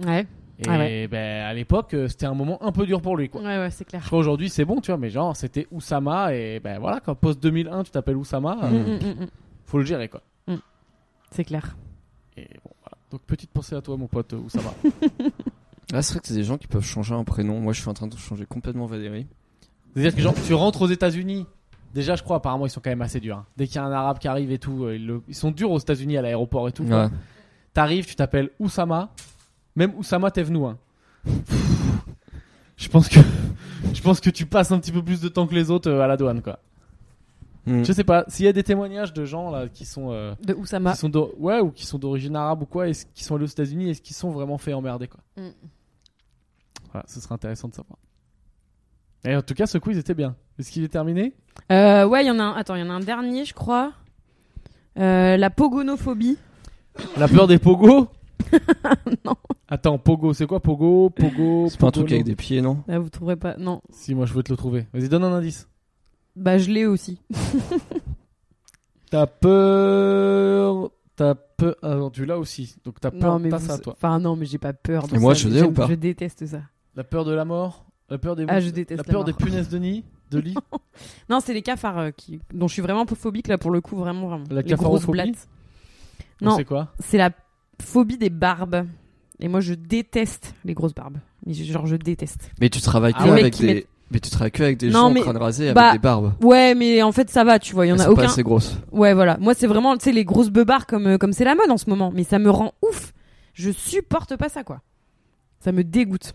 Ouais,
Et
Ah
ben, à l'époque, euh, c'était un moment un peu dur pour lui, quoi.
ouais, ouais, c'est clair.
Je crois aujourd'hui c'est bon, tu vois, mais genre c'était Oussama et ben voilà, quand post 2001, tu t'appelles Oussama,
Mm,
euh,
mm, mm, mm.
faut le gérer, quoi.
C'est clair.
Et bon, voilà. Donc petite pensée à toi, mon pote euh, Oussama.
Ah, c'est vrai que c'est des gens qui peuvent changer un prénom. Moi, je suis en train de changer complètement Valérie.
C'est-à-dire que genre, tu rentres aux États-Unis. Déjà, je crois, apparemment, ils sont quand même assez durs. hein. Dès qu'il y a un arabe qui arrive et tout, euh, ils, le- ils sont durs aux États-Unis à l'aéroport et tout. quoi.
Ouais.
T'arrives, tu t'appelles Oussama. Même Oussama Tevnou. Hein. je pense que je pense que tu passes un petit peu plus de temps que les autres euh, à la douane, quoi.
Mm.
Je sais pas. S'il y a des témoignages de gens là qui sont euh,
De
Bah.
Oussama.
qui sont d'o- ouais ou qui sont d'origine arabe ou quoi, est-ce qu'ils sont allés aux États-Unis, est-ce qu'ils sont vraiment fait emmerder quoi
Mm.
Voilà, ce serait intéressant de savoir. Et en tout cas, ce quiz était bien. Est-ce qu'il est terminé
Euh, ouais, il y en a. Un... Attends, il y en a un dernier, je crois. Euh, la pogonophobie.
La peur des pogos
Non.
Attends, pogo, c'est quoi pogo Pogo
C'est pas un truc
pogono
avec des pieds, non
Là, vous trouverez pas. Non.
Si, moi je veux te le trouver. Vas-y, donne un indice.
Bah, je l'ai aussi.
T'as peur. T'as peur. Ah non, tu l'as aussi. Donc t'as peur.
non, mais
T'as
vous-
ça, toi.
Enfin, non, mais j'ai pas peur. de
Et moi,
ça,
je
mais
l'ai ou
j'aime-
pas
Je déteste ça.
La peur de la mort La peur des.
Ah, je déteste la
La peur
mort.
des punaises de nid De lit
Non, c'est les cafards euh, qui... dont je suis vraiment phobique là pour le coup, vraiment vraiment.
La
les grosses
cafarophobie
blattes. Non,
C'est quoi
c'est la phobie des barbes. Et moi, je déteste les grosses barbes. Mais je- Genre, je déteste.
Mais tu travailles que
Ah ouais.
Les mecs
avec
qui
des.
mettent-
Mais tu travailles que avec des
Non,
gens
mais-
crâne rasé avec
bah,
des barbes.
Ouais, mais en fait, ça va, tu vois. Il y en
Elles
a
sont pas
aucun.
assez grosses.
Ouais, voilà. Moi, c'est vraiment, tu sais, les grosses beubards comme euh, comme c'est la mode en ce moment. Mais ça me rend ouf. Je supporte pas ça, quoi. Ça me dégoûte.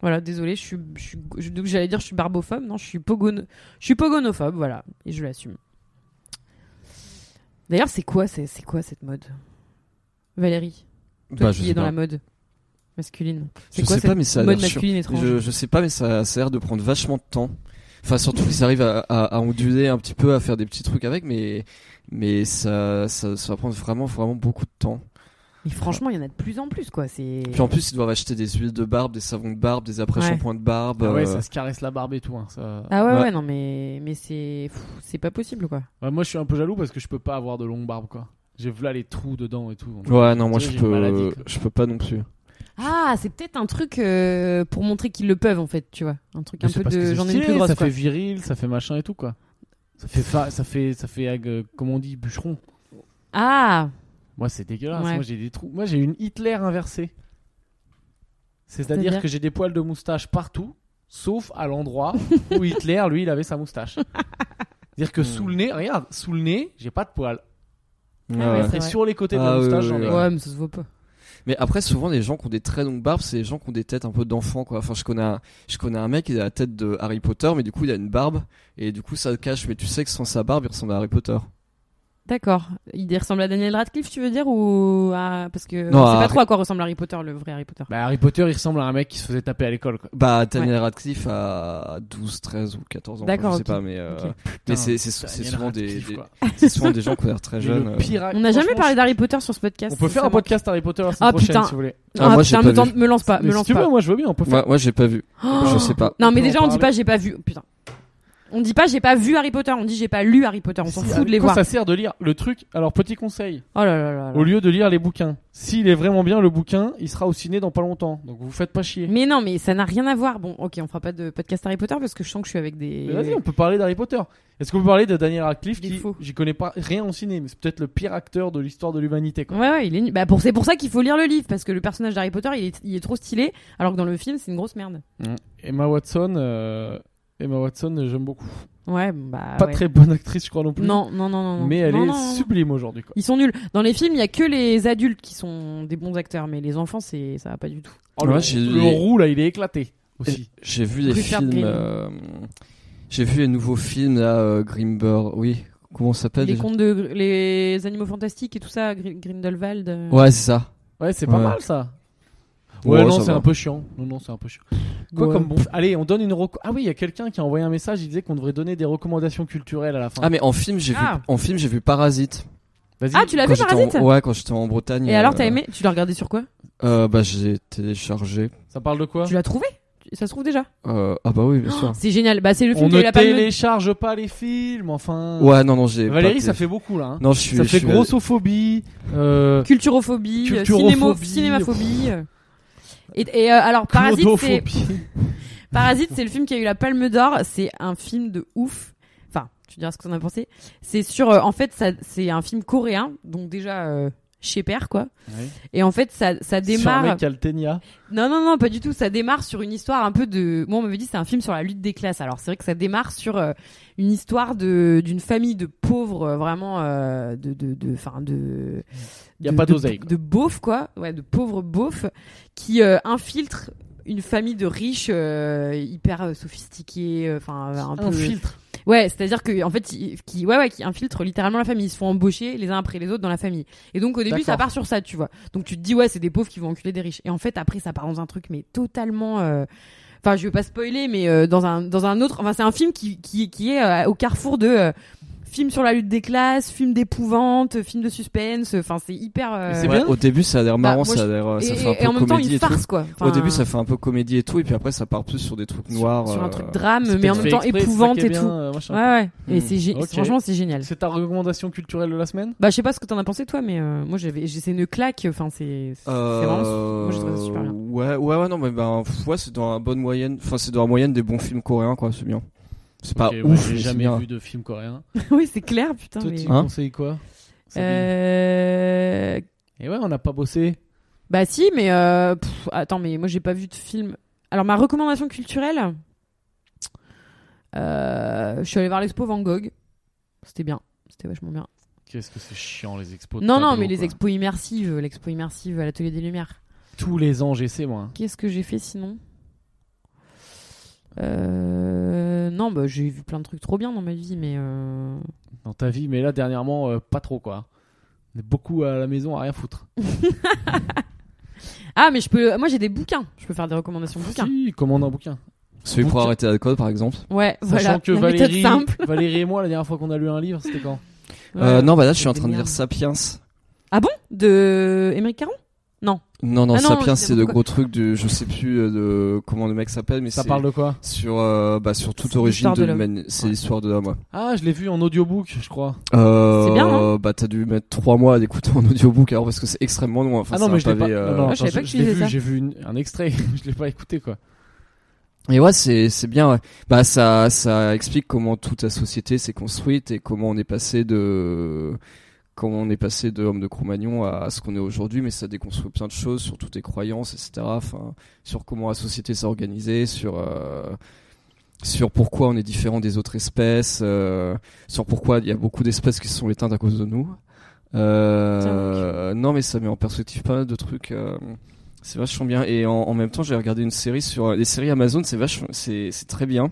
Voilà, désolé, je suis, je suis, je- donc j'allais dire, je suis barbophobe. Non, je suis pogono, je suis pogonophobe, voilà, et je l'assume. D'ailleurs, c'est quoi, c'est c'est quoi cette mode, Valérie, toi
Bah, je
qui
sais
est dans
pas.
la mode masculine. C'est
Je
quoi
sais
cette
pas, mais ça a
mode
l'air sûr.
masculine étrange
Je, je sais pas, mais ça, ça a l'air de prendre vachement de temps. Enfin, surtout qu'ils arrivent à, à, à onduler un petit peu, à faire des petits trucs avec, mais, mais ça, ça, ça va prendre vraiment, vraiment beaucoup de temps.
Mais franchement, il y en a de plus en plus, quoi. C'est.
Puis en plus, ils doivent acheter des huiles de barbe, des savons de barbe, des après-shampoings de barbe.
Ah ouais,
euh,
ça se caresse la barbe et tout. hein, ça...
Ah ouais, ouais,
Ouais.
non, mais mais c'est, pff, c'est pas possible, quoi.
Ouais, moi, je suis un peu jaloux parce que je peux pas avoir de longue barbe, quoi. J'ai vu là les trous dedans et tout.
Ouais, non, moi
Tu sais,
je
j'ai une maladie,
peux,
quoi.
je peux pas non plus.
Ah, c'est peut-être un truc euh, pour montrer qu'ils le peuvent en fait, tu vois. Un truc un
Mais c'est
peu
parce que
de
c'est
j'en ai une
stylé,
plus grosse
Ça
quoi.
fait viril, ça fait machin et tout quoi. Ça fait fa- ça fait ça fait euh, comment on dit bûcheron.
Ah,
Moi c'est dégueulasse.
Ouais.
Moi j'ai des trous. Moi j'ai une Hitler inversée. C'est-à-dire
C'est-à-dire
que j'ai des poils de moustache partout, sauf à l'endroit où Hitler lui il avait sa moustache. C'est-à-dire
Hmm.
que sous le nez, regarde, sous le nez, j'ai pas de poils.
Ah ouais,
Ouais.
c'est
Et
vrai.
sur les côtés de la
Ah, oui,
moustache,
oui,
j'en ai.
oui.
ouais, mais ça se voit pas.
Mais après, souvent, les gens qui ont des très longues barbes, c'est les gens qui ont des têtes un peu d'enfants, quoi. Enfin, je connais, un, je connais un mec, il a la tête de Harry Potter, mais du coup, il a une barbe, et du coup, ça le cache. Mais tu sais que sans sa barbe, il ressemble à Harry Potter.
D'accord. Il ressemble à Daniel Radcliffe, tu veux dire ou à... parce que
Non,
on sait
à-
pas trop à quoi ressemble Harry Potter le vrai Harry Potter.
Bah, Harry Potter, il ressemble à un mec qui se faisait taper à l'école. quoi.
Bah, Daniel Radcliffe a 12, 13 ou 14 ans,
D'accord,
je sais
ok.
pas, mais, euh,
Ok.
mais
Putain,
c'est c'est- c'est
Daniel
souvent des,
Radcliffe,
des-
quoi.
c'est souvent des gens qui ont l'air très
Mais
jeunes.
le
euh.
pire-
On n'a jamais
franchement,
parlé d'Harry Potter sur ce podcast.
On peut
ça
faire un
manque.
podcast Harry Potter la semaine
Ah,
prochaine
putain. Bah,
si vous voulez.
Ah,
Ah, moi, j'ai
putain,
pas
me,
vu.
tente- me lance pas,
Mais
me
si
lance
tu
pas.
veux, moi je veux bien, on peut faire.
Ouais, moi, j'ai pas vu.
Oh
Je sais pas.
non, mais
peut
déjà
en
on dit pas
parler.
j'ai pas vu. Putain. On dit pas j'ai pas vu Harry Potter, on dit j'ai pas lu Harry
Bah,
Potter, on s'en
Si,
fout de les
à quoi
voir.
ça sert de lire le truc Alors petit conseil,
Oh là là là. là.
au lieu de lire les bouquins, s'il est vraiment bien le bouquin, il sera au ciné dans pas longtemps. Donc vous faites pas chier.
Mais non, mais ça n'a rien à voir. Bon, ok, on fera pas de podcast Harry Potter parce que je sens que je suis avec des.
Mais Vas-y, on peut parler d'Harry Potter. Est-ce qu'on peut parler de Daniel Radcliffe
Des
qui
faux.
j'y connais pas rien en ciné, mais c'est peut-être le pire acteur de l'histoire de l'humanité quoi.
Ouais, ouais, il est nul. Bah, pour, c'est pour ça qu'il faut lire le livre, parce que le personnage d'Harry Potter, il est, il est trop stylé, alors que dans le film, c'est une grosse merde.
Emma Watson euh, Emma Watson, euh, j'aime beaucoup.
Ouais, bah.
pas
ouais.
très bonne actrice, je crois non plus.
Non, non, non, non. non.
Mais elle
Non,
est
non, non.
sublime aujourd'hui quoi.
Ils sont nuls. Dans les films, il y a que les adultes qui sont des bons acteurs, mais les enfants, c'est ça va pas du tout.
Oh, le
Ouais, j'ai
le
lu les-
roux là, il est éclaté aussi.
J'ai vu des
Richard
films.
Green.
euh, J'ai vu les nouveaux films là, euh, Grimber. Oui, comment ça s'appelle
les
déjà
contes de les animaux fantastiques et tout ça, Gr- Grindelwald. euh.
Ouais, c'est ça.
Ouais, c'est pas
Ouais.
mal ça. Ouais, non,
ça
c'est
va.
un peu chiant. Non, non, c'est un peu chiant. Quoi
Ouais.
comme bon. Allez, on donne une. reco- Ah oui, il y a quelqu'un qui a envoyé un message. Il disait qu'on devrait donner des recommandations culturelles à la fin.
Ah mais en film j'ai
Ah.
vu en film j'ai vu Parasite.
Vas-y.
Ah, tu l'as
Quand
vu
j'étais en-
Parasite
Ouais quand j'étais en Bretagne.
Et alors, t'as
euh,
aimé Tu l'as regardé sur quoi
euh, Bah j'ai téléchargé.
Ça parle de quoi
Tu l'as trouvé Ça se trouve déjà
Euh, ah bah oui bien sûr.
C'est génial. Bah, c'est le film
On
qui a
ne
eu la palme.
télécharge pas les films, enfin.
Ouais non non j'ai.
Valérie,
pas
ça
télé-
fait beaucoup là. hein.
Non je suis.
ça
je
fait
suis-
grossophobie. euh,
Culturophobie,
Culturophobie.
cinémo- cinémaphobie. euh. Et, et, euh, alors, Parasite, c'est
clodophobie.
Parasite, c'est le film qui a eu la Palme d'Or. C'est un film de ouf. Enfin, tu diras ce que t'en as pensé. C'est sur, euh, en fait, ça, c'est un film coréen, donc déjà euh, chez père quoi. Et en fait, ça, ça
Sur un
démarre.
mec qui a le ténia.
Non, non, non, pas du tout. Ça démarre sur une histoire un peu de. Moi, on m'avait dit c'est un film sur la lutte des classes. Alors c'est vrai que ça démarre sur euh, une histoire de d'une famille de pauvres, euh, vraiment euh, de de de. Enfin de.
Y a
de-
pas
de-
d'oseille, quoi.
De beaufs quoi, ouais, de pauvres beaufs qui euh, infiltrent une famille de riches euh, hyper euh, sophistiqués, euh, enfin un peu.
Un filtre.
Ouais, c'est-à-dire que en fait, ils- qui, ouais, ouais, qui infiltrent littéralement la famille. Ils se font embaucher les uns après les autres dans la famille. Et donc au début, ça
D'accord.
part sur ça, tu vois. Donc tu te dis ouais, c'est des pauvres qui vont enculer des riches. Et en fait, après, ça part dans un truc mais totalement. euh, Enfin, je veux pas spoiler, mais euh, dans un dans un autre. Enfin, c'est un film qui qui qui est euh, au carrefour de. euh, film sur la lutte des classes, film d'épouvante, film de suspense, enfin c'est hyper... euh,
c'est
Ouais,
bien
Au début ça a l'air marrant
Bah, moi,
ça a
je-
l'air euh, ça
et-
fait un
et
peu
en même temps
comédie
une
et tout.
farce quoi.
Au
Enfin,
début ça fait un peu comédie et tout et puis après ça part plus sur des trucs
sur-
noirs.
Sur
euh,
un truc drame,
C'est
mais en
fait
même temps
exprès, c'est ça
épouvante
qui est
et
bien,
tout.
euh, machin.
Ouais, ouais. Et
Hmm.
c'est gé-
Ok.
franchement c'est génial.
C'est ta recommandation culturelle de la semaine
Bah, je sais pas ce que t'en as pensé, toi, mais euh, moi, j'avais, j'ai- c'est une claque. Enfin, c'est. c'est
Euh,
vraiment su- moi, je trouve ça super bien.
Ouais, ouais, ouais, non, mais ben, pff, ouais, c'est dans la bonne moyenne. Enfin, c'est dans la moyenne des bons films coréens, quoi. C'est bien. C'est pas
Ok, ouais,
ouf.
J'ai
mais c'est
jamais
bien.
vu de film coréen.
oui, c'est clair, putain.
Ah. Toi,
mais-
tu
Hein
conseilles quoi Sabine
Euh...
Et ouais, on n'a pas bossé.
Bah, si, mais. euh, pff, attends, mais moi, j'ai pas vu de film. Alors, ma recommandation culturelle. euh, je suis allée voir l'expo Van Gogh. C'était bien. C'était vachement bien.
Qu'est-ce que c'est chiant les expos. de
Non, non,
tableaux,
mais les
quoi.
expos immersives. L'expo immersive à l'Atelier des Lumières.
Tous les ans, j'essaie moi. hein,
Qu'est-ce que j'ai fait sinon Euh, Non, bah, j'ai vu plein de trucs trop bien dans ma vie, mais. euh,
Dans ta vie, mais là dernièrement, euh, pas trop quoi. On est beaucoup à la maison à rien foutre.
Ah, mais je peux. Moi, j'ai des bouquins. Je peux faire des recommandations de bouquins.
Si, commande un bouquin.
Celui pour arrêter l'alcool, par exemple.
Ouais, voilà.
Sachant que
la
Valérie,
méthode simple.
Valérie et moi, la dernière fois qu'on a lu un livre, c'était quand
Ouais.
euh,
Euh, non, bah là, je suis en
Des
train de lire
merdes.
Sapiens.
De Émeric Caron
Non, non,
Ah non,
Sapiens,
c'est
c'est le
pourquoi-
gros truc du. Je sais plus euh, de, comment le mec s'appelle, mais
Ça
c'est
parle de quoi
sur, euh, bah, sur toute
C'est
origine
l'histoire
de
de l'homme.
l'humanité. C'est l'histoire de l'homme, ouais.
Ah, je l'ai vu en audiobook, je crois.
Euh,
C'est bien, hein
Bah, t'as dû mettre trois mois à l'écouter en audiobook, alors parce que c'est extrêmement long. Enfin,
ah non,
c'est
mais
un
je l'ai pas.
pavé, euh,
non, non,
Ah, je savais
attends,
pas que
je
tu
l'ai
disais
vu,
ça.
J'ai vu une- un extrait, je l'ai pas écouté quoi.
Et ouais, c'est c'est bien. ouais. Bah ça ça explique comment toute la société s'est construite et comment on est passé de comment on est passé de homme de Cro-Magnon à, à ce qu'on est aujourd'hui. Mais ça déconstruit plein de choses sur toutes les croyances, etc. Enfin, sur comment la société s'est organisée, sur euh, sur pourquoi on est différent des autres espèces, euh, sur pourquoi il y a beaucoup d'espèces qui se sont éteintes à cause de nous. Euh, non, mais ça met en perspective pas mal de trucs. euh, c'est vachement bien. Et en, en même temps, j'ai regardé une série sur euh, les séries Amazon. C'est vachement, c'est c'est très bien.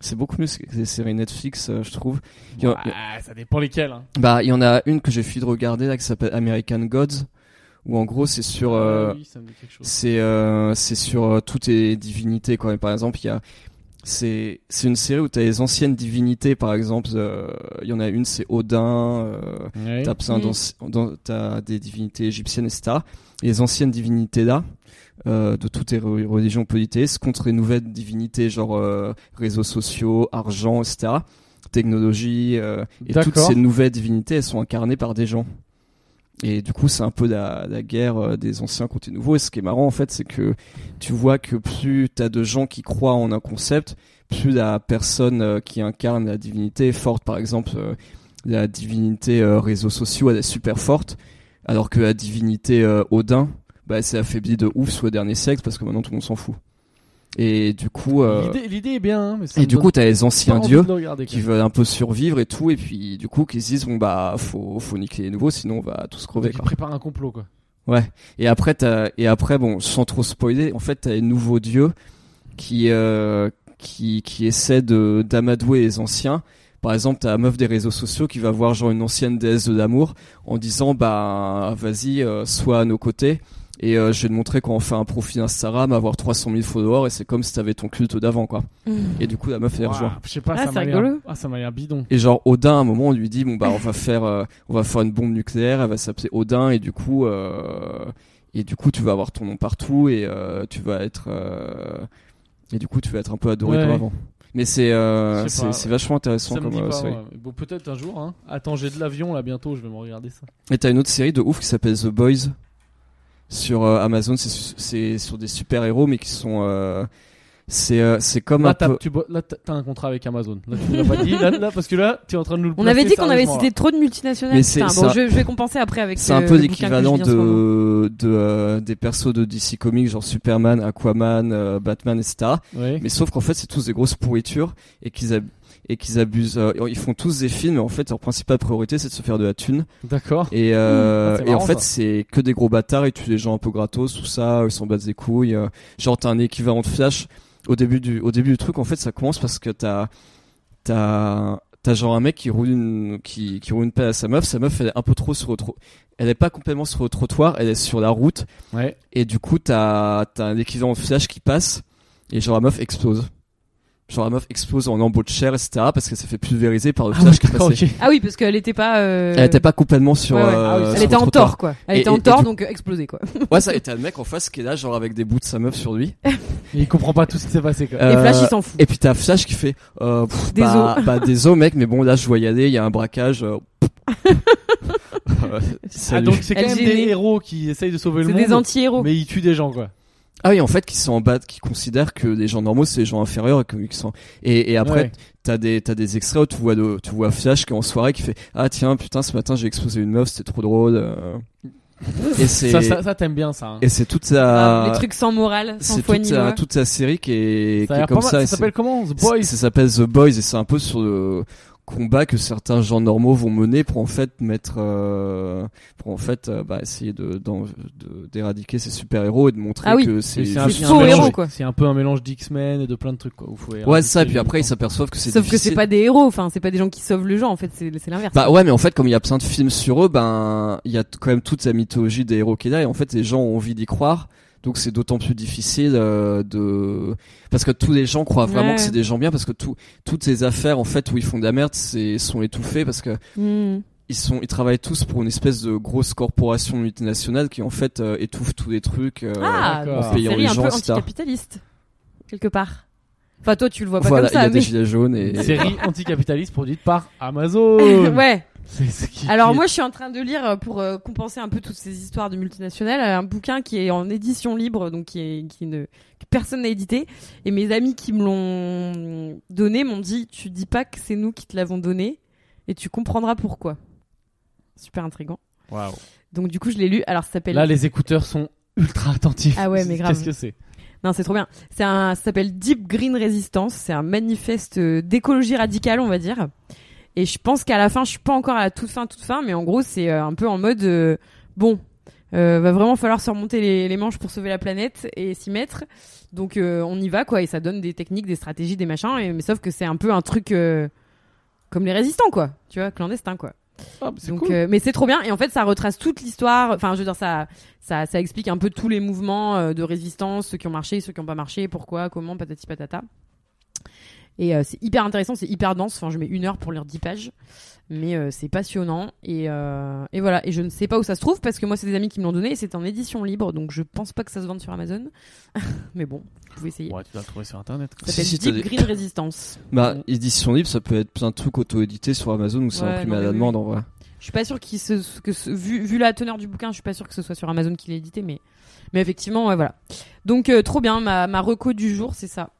C'est beaucoup mieux que les séries Netflix, euh, je trouve. Il y en-
Ah, ça dépend lesquels. Hein.
Bah, il y en a une que j'ai fini de regarder là qui s'appelle American Gods, où en gros c'est sur euh,
Ah oui, ça me dit quelque chose.
c'est euh, c'est sur euh, toutes les divinités quoi. Et par exemple, il y a c'est c'est une série où t'as les anciennes divinités. Par exemple, euh, il y en a une c'est Odin. euh,
Ouais.
T'as plein
Mm.
d'anci- d'an- t'as des divinités égyptiennes, etc. Et les anciennes divinités là, euh, de toutes les re- religions polythéistes, contre les nouvelles divinités genre euh, réseaux sociaux, argent, etc. Technologie euh, et toutes
D'accord.
ces nouvelles divinités, elles sont incarnées par des gens. Et du coup, c'est un peu la, la guerre euh, des anciens contre les nouveaux. Et ce qui est marrant, en fait, c'est que tu vois que plus t'as de gens qui croient en un concept, plus la personne euh, qui incarne la divinité est forte. Par exemple, euh, la divinité euh, réseaux sociaux, elle est super forte, alors que la divinité euh, Odin, bah, elle s'est affaiblie de ouf sous le dernier siècle parce que maintenant tout le monde s'en fout. Et du coup, euh,
L'idée- L'idée est bien, hein, mais ça
et
me
du
donne
coup, t'as les
pas
anciens
envie
dieux
de le regarder,
qui
quoi.
veulent un peu survivre et tout, et puis du coup, qui se disent bon bah faut faut niquer les nouveaux, sinon on va tous crever.
Qui
quoi.
préparent un complot quoi.
Ouais. Et après, t'as, et après, bon, sans trop spoiler, en fait, t'as les nouveaux dieux qui, euh, qui, qui essaient de, d'amadouer les anciens. Par exemple, t'as la meuf des réseaux sociaux qui va voir genre une ancienne déesse de l'amour en disant, bah, vas-y, euh, sois à nos côtés. Et euh, je vais te montrer comment faire un profil Instagram, avoir 300 000 followers, et c'est comme si t'avais ton culte d'avant, quoi. Et du coup, la meuf, elle
Ouah,
rejoint.
Je sais pas,
Ah,
ça
c'est
m'a l'air.
rigolo.
Ah, ça m'a l'air bidon.
Et genre Odin, à un moment, on lui dit bon bah on va faire, euh, on va faire une bombe nucléaire, elle va s'appeler Odin et du coup, euh, et du coup tu vas avoir ton nom partout et euh, tu vas être, euh, et du coup tu vas être un peu adoré
Ouais.
comme avant. Mais c'est, euh,
Je sais
c'est
pas.
c'est vachement intéressant
Ça me
comme
dit
euh,
pas.
série.
ouais. Bon, peut-être un jour. Hein. Attends, j'ai de l'avion là bientôt, je vais me regarder ça.
Et t'as une autre série de ouf qui s'appelle The Boys sur euh, Amazon. C'est su- c'est sur des super héros mais qui sont, euh, c'est euh, c'est comme
Là,
un
Bah, t'as
peu.
tu bo- là, t'as- t'as un contrat avec Amazon. Là, tu nous l'as pas dit. Là, là, parce que là, t'es en train de nous le
On avait dit
placer
qu'on avait
sérieusement,
cité trop de multinationales.
Mais c'est-
Putain,
c'est
bon,
un-
je, je vais compenser après avec.
C'est
euh,
un
le
peu
bouquin que
l'équivalent
je lis en ce moment.
de, de euh, des persos de DC Comics genre Superman, Aquaman, euh, Batman, etc.
là. Ouais.
Mais sauf qu'en fait c'est tous des grosses pourritures et qu'ils ab- et qu'ils abusent. euh, ils font tous des films mais en fait leur principale priorité c'est de se faire de la thune
D'accord.
et, euh,
Ah, c'est
et en
marrant,
fait
ça.
c'est que des gros bâtards ils tuent les gens un peu gratos tout ça ils s'en battent des couilles. euh, genre t'as un équivalent de Flash au début du au début du truc en fait ça commence parce que t'as t'as t'as genre un mec qui roule une qui qui roule une pelle à sa meuf sa meuf elle est un peu trop sur le tro- elle est pas complètement sur le trottoir elle est sur la route
Ouais.
et du coup, t'as t'as un équivalent de flash qui passe et genre la meuf explose. Genre la meuf explose en lambeaux de chair, etc. Parce qu'elle s'est fait pulvériser par le
ouais,
flash qui
d'accord,
passait.
ok.
Ah oui, parce qu'elle était pas. euh,
Elle était pas complètement sur.
Ouais, ouais.
euh,
Ah oui, ça,
elle
sur
était
le
en
trottoir.
tort, quoi. Elle
Et-
était en
et-
tort,
et du-
donc euh, explosée, quoi.
Ouais, ça. Et t'as le mec en face qui est là, genre avec des bouts de sa meuf sur lui.
Il comprend pas tout ce qui s'est passé. Quoi.
Euh,
Et Flash, il s'en fout.
Et puis t'as Flash qui fait. Euh, pff,
Des
bah, bah, des os, mec. Mais bon, là, je dois y aller. Il y a un braquage. euh, pff. Euh,
ah
salut.
donc c'est quand même
LGD.
des héros qui essayent de sauver le
C'est
monde.
des anti-héros.
Mais ils tuent des gens quoi.
Ah oui, en fait, qui sont en bas, qui considèrent que les gens normaux, c'est les gens inférieurs, et que- qui sont. Et, et après,
Ouais.
t'as des t'as des extraits où tu vois de, tu vois Flash qui est en soirée qui fait ah tiens putain ce matin j'ai exposé une meuf c'était trop drôle euh. et c'est
Ça, ça, ça, t'aimes bien ça. hein.
et c'est toute
Ah,
sa
Les trucs sans morale, sans
euh, c'est
foi
toute
ni
sa
loi.
toute sa série qui est
Ça
qui est
a l'air
comme
pas mal.
ça et c'est-
s'appelle comment The
c'est-
Boys
ça s'appelle The Boys et c'est un peu sur le combat que certains gens normaux vont mener pour en fait mettre euh, pour en fait euh, bah, essayer de d'en- de- d'éradiquer ces super héros et de montrer
Ah oui.
que
Et
c'est
un,
c'est
un
faux
mélange-
héros, quoi.
C'est un peu un mélange d'X-Men et de plein de trucs quoi. où faut
ouais
éradiquer
ça et puis
les
après ils
gens.
s'aperçoivent que c'est
Sauf que c'est
difficile.
pas des héros, enfin, c'est pas des gens qui sauvent le genre, en fait, c'est c'est l'inverse.
Bah ouais, mais en fait, comme il y a plein de films sur eux, ben il y a t- quand même toute la mythologie des héros qu'il y a, et en fait, les gens ont envie d'y croire. Donc c'est d'autant plus difficile euh, de parce que tous les gens croient vraiment
Ouais.
que c'est des gens bien parce que tout toutes ces affaires en fait où ils font de la merde c'est sont étouffées parce que
Hmm.
ils sont, ils travaillent tous pour une espèce de grosse corporation multinationale qui en fait euh, étouffe tous les trucs. euh,
Ah,
d'accord.
c'est une
Payant
série
les
un
gens,
peu
etc.
anticapitaliste, quelque part. Enfin, toi, tu le vois pas
voilà, il y
comme ça,
a des
mais...
gilets jaunes et.
Série anticapitaliste produite par Amazon.
ouais.
C'est ce qui-
Alors
qui-
moi, je suis en train de lire euh, pour euh, compenser un peu toutes ces histoires de multinationales euh, un bouquin qui est en édition libre, donc qui est qui ne que personne n'a édité. Et mes amis qui me l'ont donné m'ont dit tu dis pas que c'est nous qui te l'avons donné et tu comprendras pourquoi. Super intrigant.
Waouh.
Donc du coup, je l'ai lu. Alors ça s'appelle
Là, les écouteurs sont ultra attentifs.
Ah ouais, mais grave.
Qu'est-ce que c'est
Non, c'est trop bien. C'est un, ça s'appelle Deep Green Resistance. C'est un manifeste euh, d'écologie radicale, on va dire. Et je pense qu'à la fin, je suis pas encore à la toute fin, toute fin, mais en gros, c'est euh, un peu en mode euh, bon, euh, va vraiment falloir se remonter les, les manches pour sauver la planète et s'y mettre. Donc euh, on y va quoi, et ça donne des techniques, des stratégies, des machins. Et, mais sauf que c'est un peu un truc euh, comme les résistants quoi, tu vois, clandestin quoi.
Ah, mais c'est
Donc,
cool.
euh, mais c'est trop bien. Et en fait, ça retrace toute l'histoire. Enfin, je veux dire, ça, ça, ça explique un peu tous les mouvements euh, de résistance, ceux qui ont marché, ceux qui n'ont pas marché, pourquoi, comment, patati patata. Et euh, c'est hyper intéressant, c'est hyper dense. Enfin, je mets une heure pour lire 10 pages, mais euh, c'est passionnant. Et, euh, et voilà. Et je ne sais pas où ça se trouve parce que moi, c'est des amis qui me l'ont donné. et C'est en édition libre, donc je pense pas que ça se vende sur Amazon. mais bon, vous pouvez essayer.
Ouais, tu dois le trouver sur internet. quoi.
Ça
Si, si,
s'appelle
t'as
Deep
des-
Green Resistance.
Bah, édition libre, ça peut être plein de trucs auto-édités sur Amazon ou c'est
Ouais,
imprimé à
non, mais
la
oui.
demande en vrai.
Je suis pas sûr qu'il se, que ce- vu, vu la teneur du bouquin, je suis pas sûr que ce soit sur Amazon qu'il est édité, mais, mais effectivement, ouais, voilà. Donc, euh, trop bien, ma, ma reco du jour, c'est ça.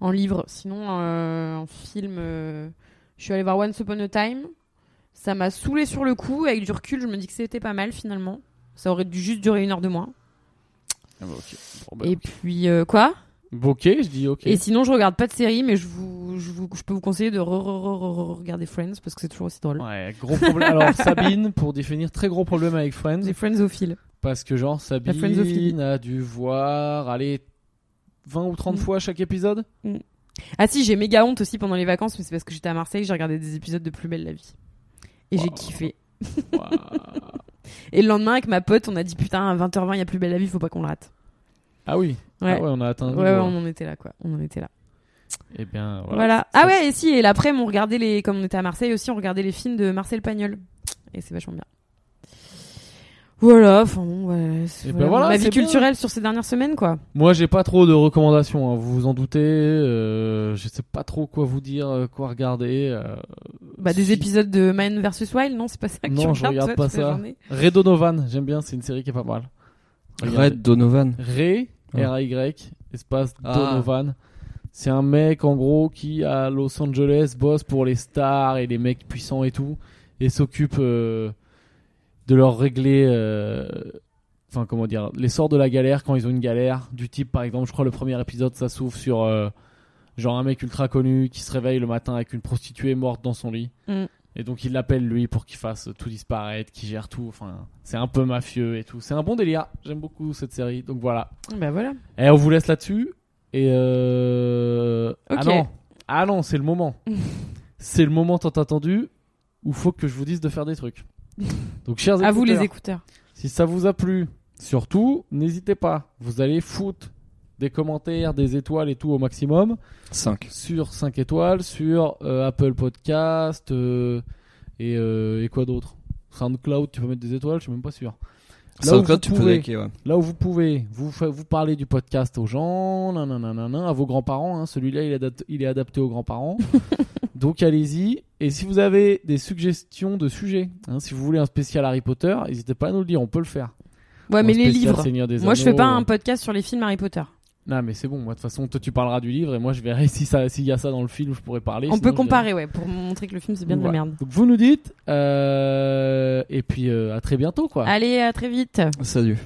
En livre. Sinon, euh, en film, euh, je suis allée voir Once Upon a Time. Ça m'a saoulé sur le coup. Avec du recul, je me dis que c'était pas mal finalement. Ça aurait dû juste durer une heure de moins.
Ah bah, ok. Bon, bah,
Et puis, euh, quoi
bon, ok, je dis ok.
Et sinon, je regarde pas de série, mais je, vous, je, vous- je peux vous conseiller de re- re- re- re- re- regarder Friends parce que c'est toujours aussi drôle.
Ouais, gros problème. Alors, Sabine, pour définir, très gros problème avec Friends.
Les Friends au fil.
Parce que, genre, Sabine
friendsophilie.
a dû voir, allez, 20 ou
Mm.
30 fois chaque épisode
Ah si, j'ai méga honte aussi pendant les vacances, mais c'est parce que j'étais à Marseille, j'ai regardé des épisodes de Plus belle la vie. Et j'ai
Wow.
kiffé.
Waouh.
Et le lendemain, avec ma pote, on a dit putain, à 20h20, il y a Plus belle la vie, faut pas qu'on le rate.
Ah oui.
Ouais.
Ah ouais, on a atteint.
Ouais,
le
ouais,
niveau.
on en était là, quoi. On en était là.
Eh bien, voilà.
Voilà. Ah ouais, et si, et l'après, on regardait les, comme on était à Marseille aussi, on regardait les films de Marcel Pagnol. Et c'est vachement bien. Voilà, enfin bon, ouais, c'est-
Et ben
voilà,
voilà,
ma vie
c'est bien.
culturelle sur ces dernières semaines, quoi.
Moi, j'ai pas trop de recommandations, hein, vous vous en doutez. euh, je sais pas trop quoi vous dire, euh, quoi regarder. euh,
Bah, des
Si.
épisodes de Man versus Wild, non, c'est pas ça que
Non,
tu
je
regardes,
regarde
toi,
pas
toute la
ça.
journée
Ray Donovan, j'aime bien, c'est une série qui est pas mal. Regardez.
Red Donovan.
Ray,
Ah.
R-A-Y, espace
Ah.
Donovan. C'est un mec, en gros, qui à Los Angeles bosse pour les stars et les mecs puissants et tout, et s'occupe euh, de leur régler. euh, Enfin, comment dire, les sorts de la galère quand ils ont une galère. Du type, par exemple, je crois le premier épisode, ça s'ouvre sur euh, genre un mec ultra connu qui se réveille le matin avec une prostituée morte dans son lit.
Mm.
Et donc il l'appelle lui pour qu'il fasse tout disparaître, qu'il gère tout. Enfin, c'est un peu mafieux et tout. C'est un bon délire. J'aime beaucoup cette série. Donc voilà.
Bah voilà.
Et Eh, on vous laisse là-dessus. Et euh... ah
Ok.
non, ah non, c'est le moment. c'est le moment tant attendu où faut que je vous dise de faire des trucs. Donc chers
À vous les
écouteurs,
écouteurs.
si ça vous a plu, surtout n'hésitez pas. Vous allez foutre des commentaires, des étoiles et tout au maximum
5.
sur 5 étoiles, sur euh, Apple Podcast euh, et, euh, et quoi d'autre SoundCloud, tu peux mettre des étoiles, je suis même pas sûr. Là où vous
SoundCloud, tu peux
pouvez.
liker, ouais.
Là où vous pouvez, vous, fa- vous parlez du podcast aux gens, nananana, à vos grands-parents. hein. Celui-là, il, est adap- il est adapté aux grands-parents. Donc allez-y. Et si vous avez des suggestions de sujets, hein, si vous voulez un spécial Harry Potter, n'hésitez pas à nous le dire, on peut le faire.
Ouais, mais
Un
les
spécial
livres.
Seigneur des
Moi, je fais
Anneaux,
pas
euh,
un podcast sur les films Harry Potter.
Non, mais c'est bon, moi de toute façon, toi tu parleras du livre et moi je verrai si ça- s'il y a ça dans le film, je pourrais parler.
On
sinon,
peut
je verrai.
comparer, ouais, pour montrer que le film c'est bien de la
Voilà.
merde.
Donc vous nous dites, euh, et puis euh, à très bientôt quoi.
Allez, à très vite.
Salut.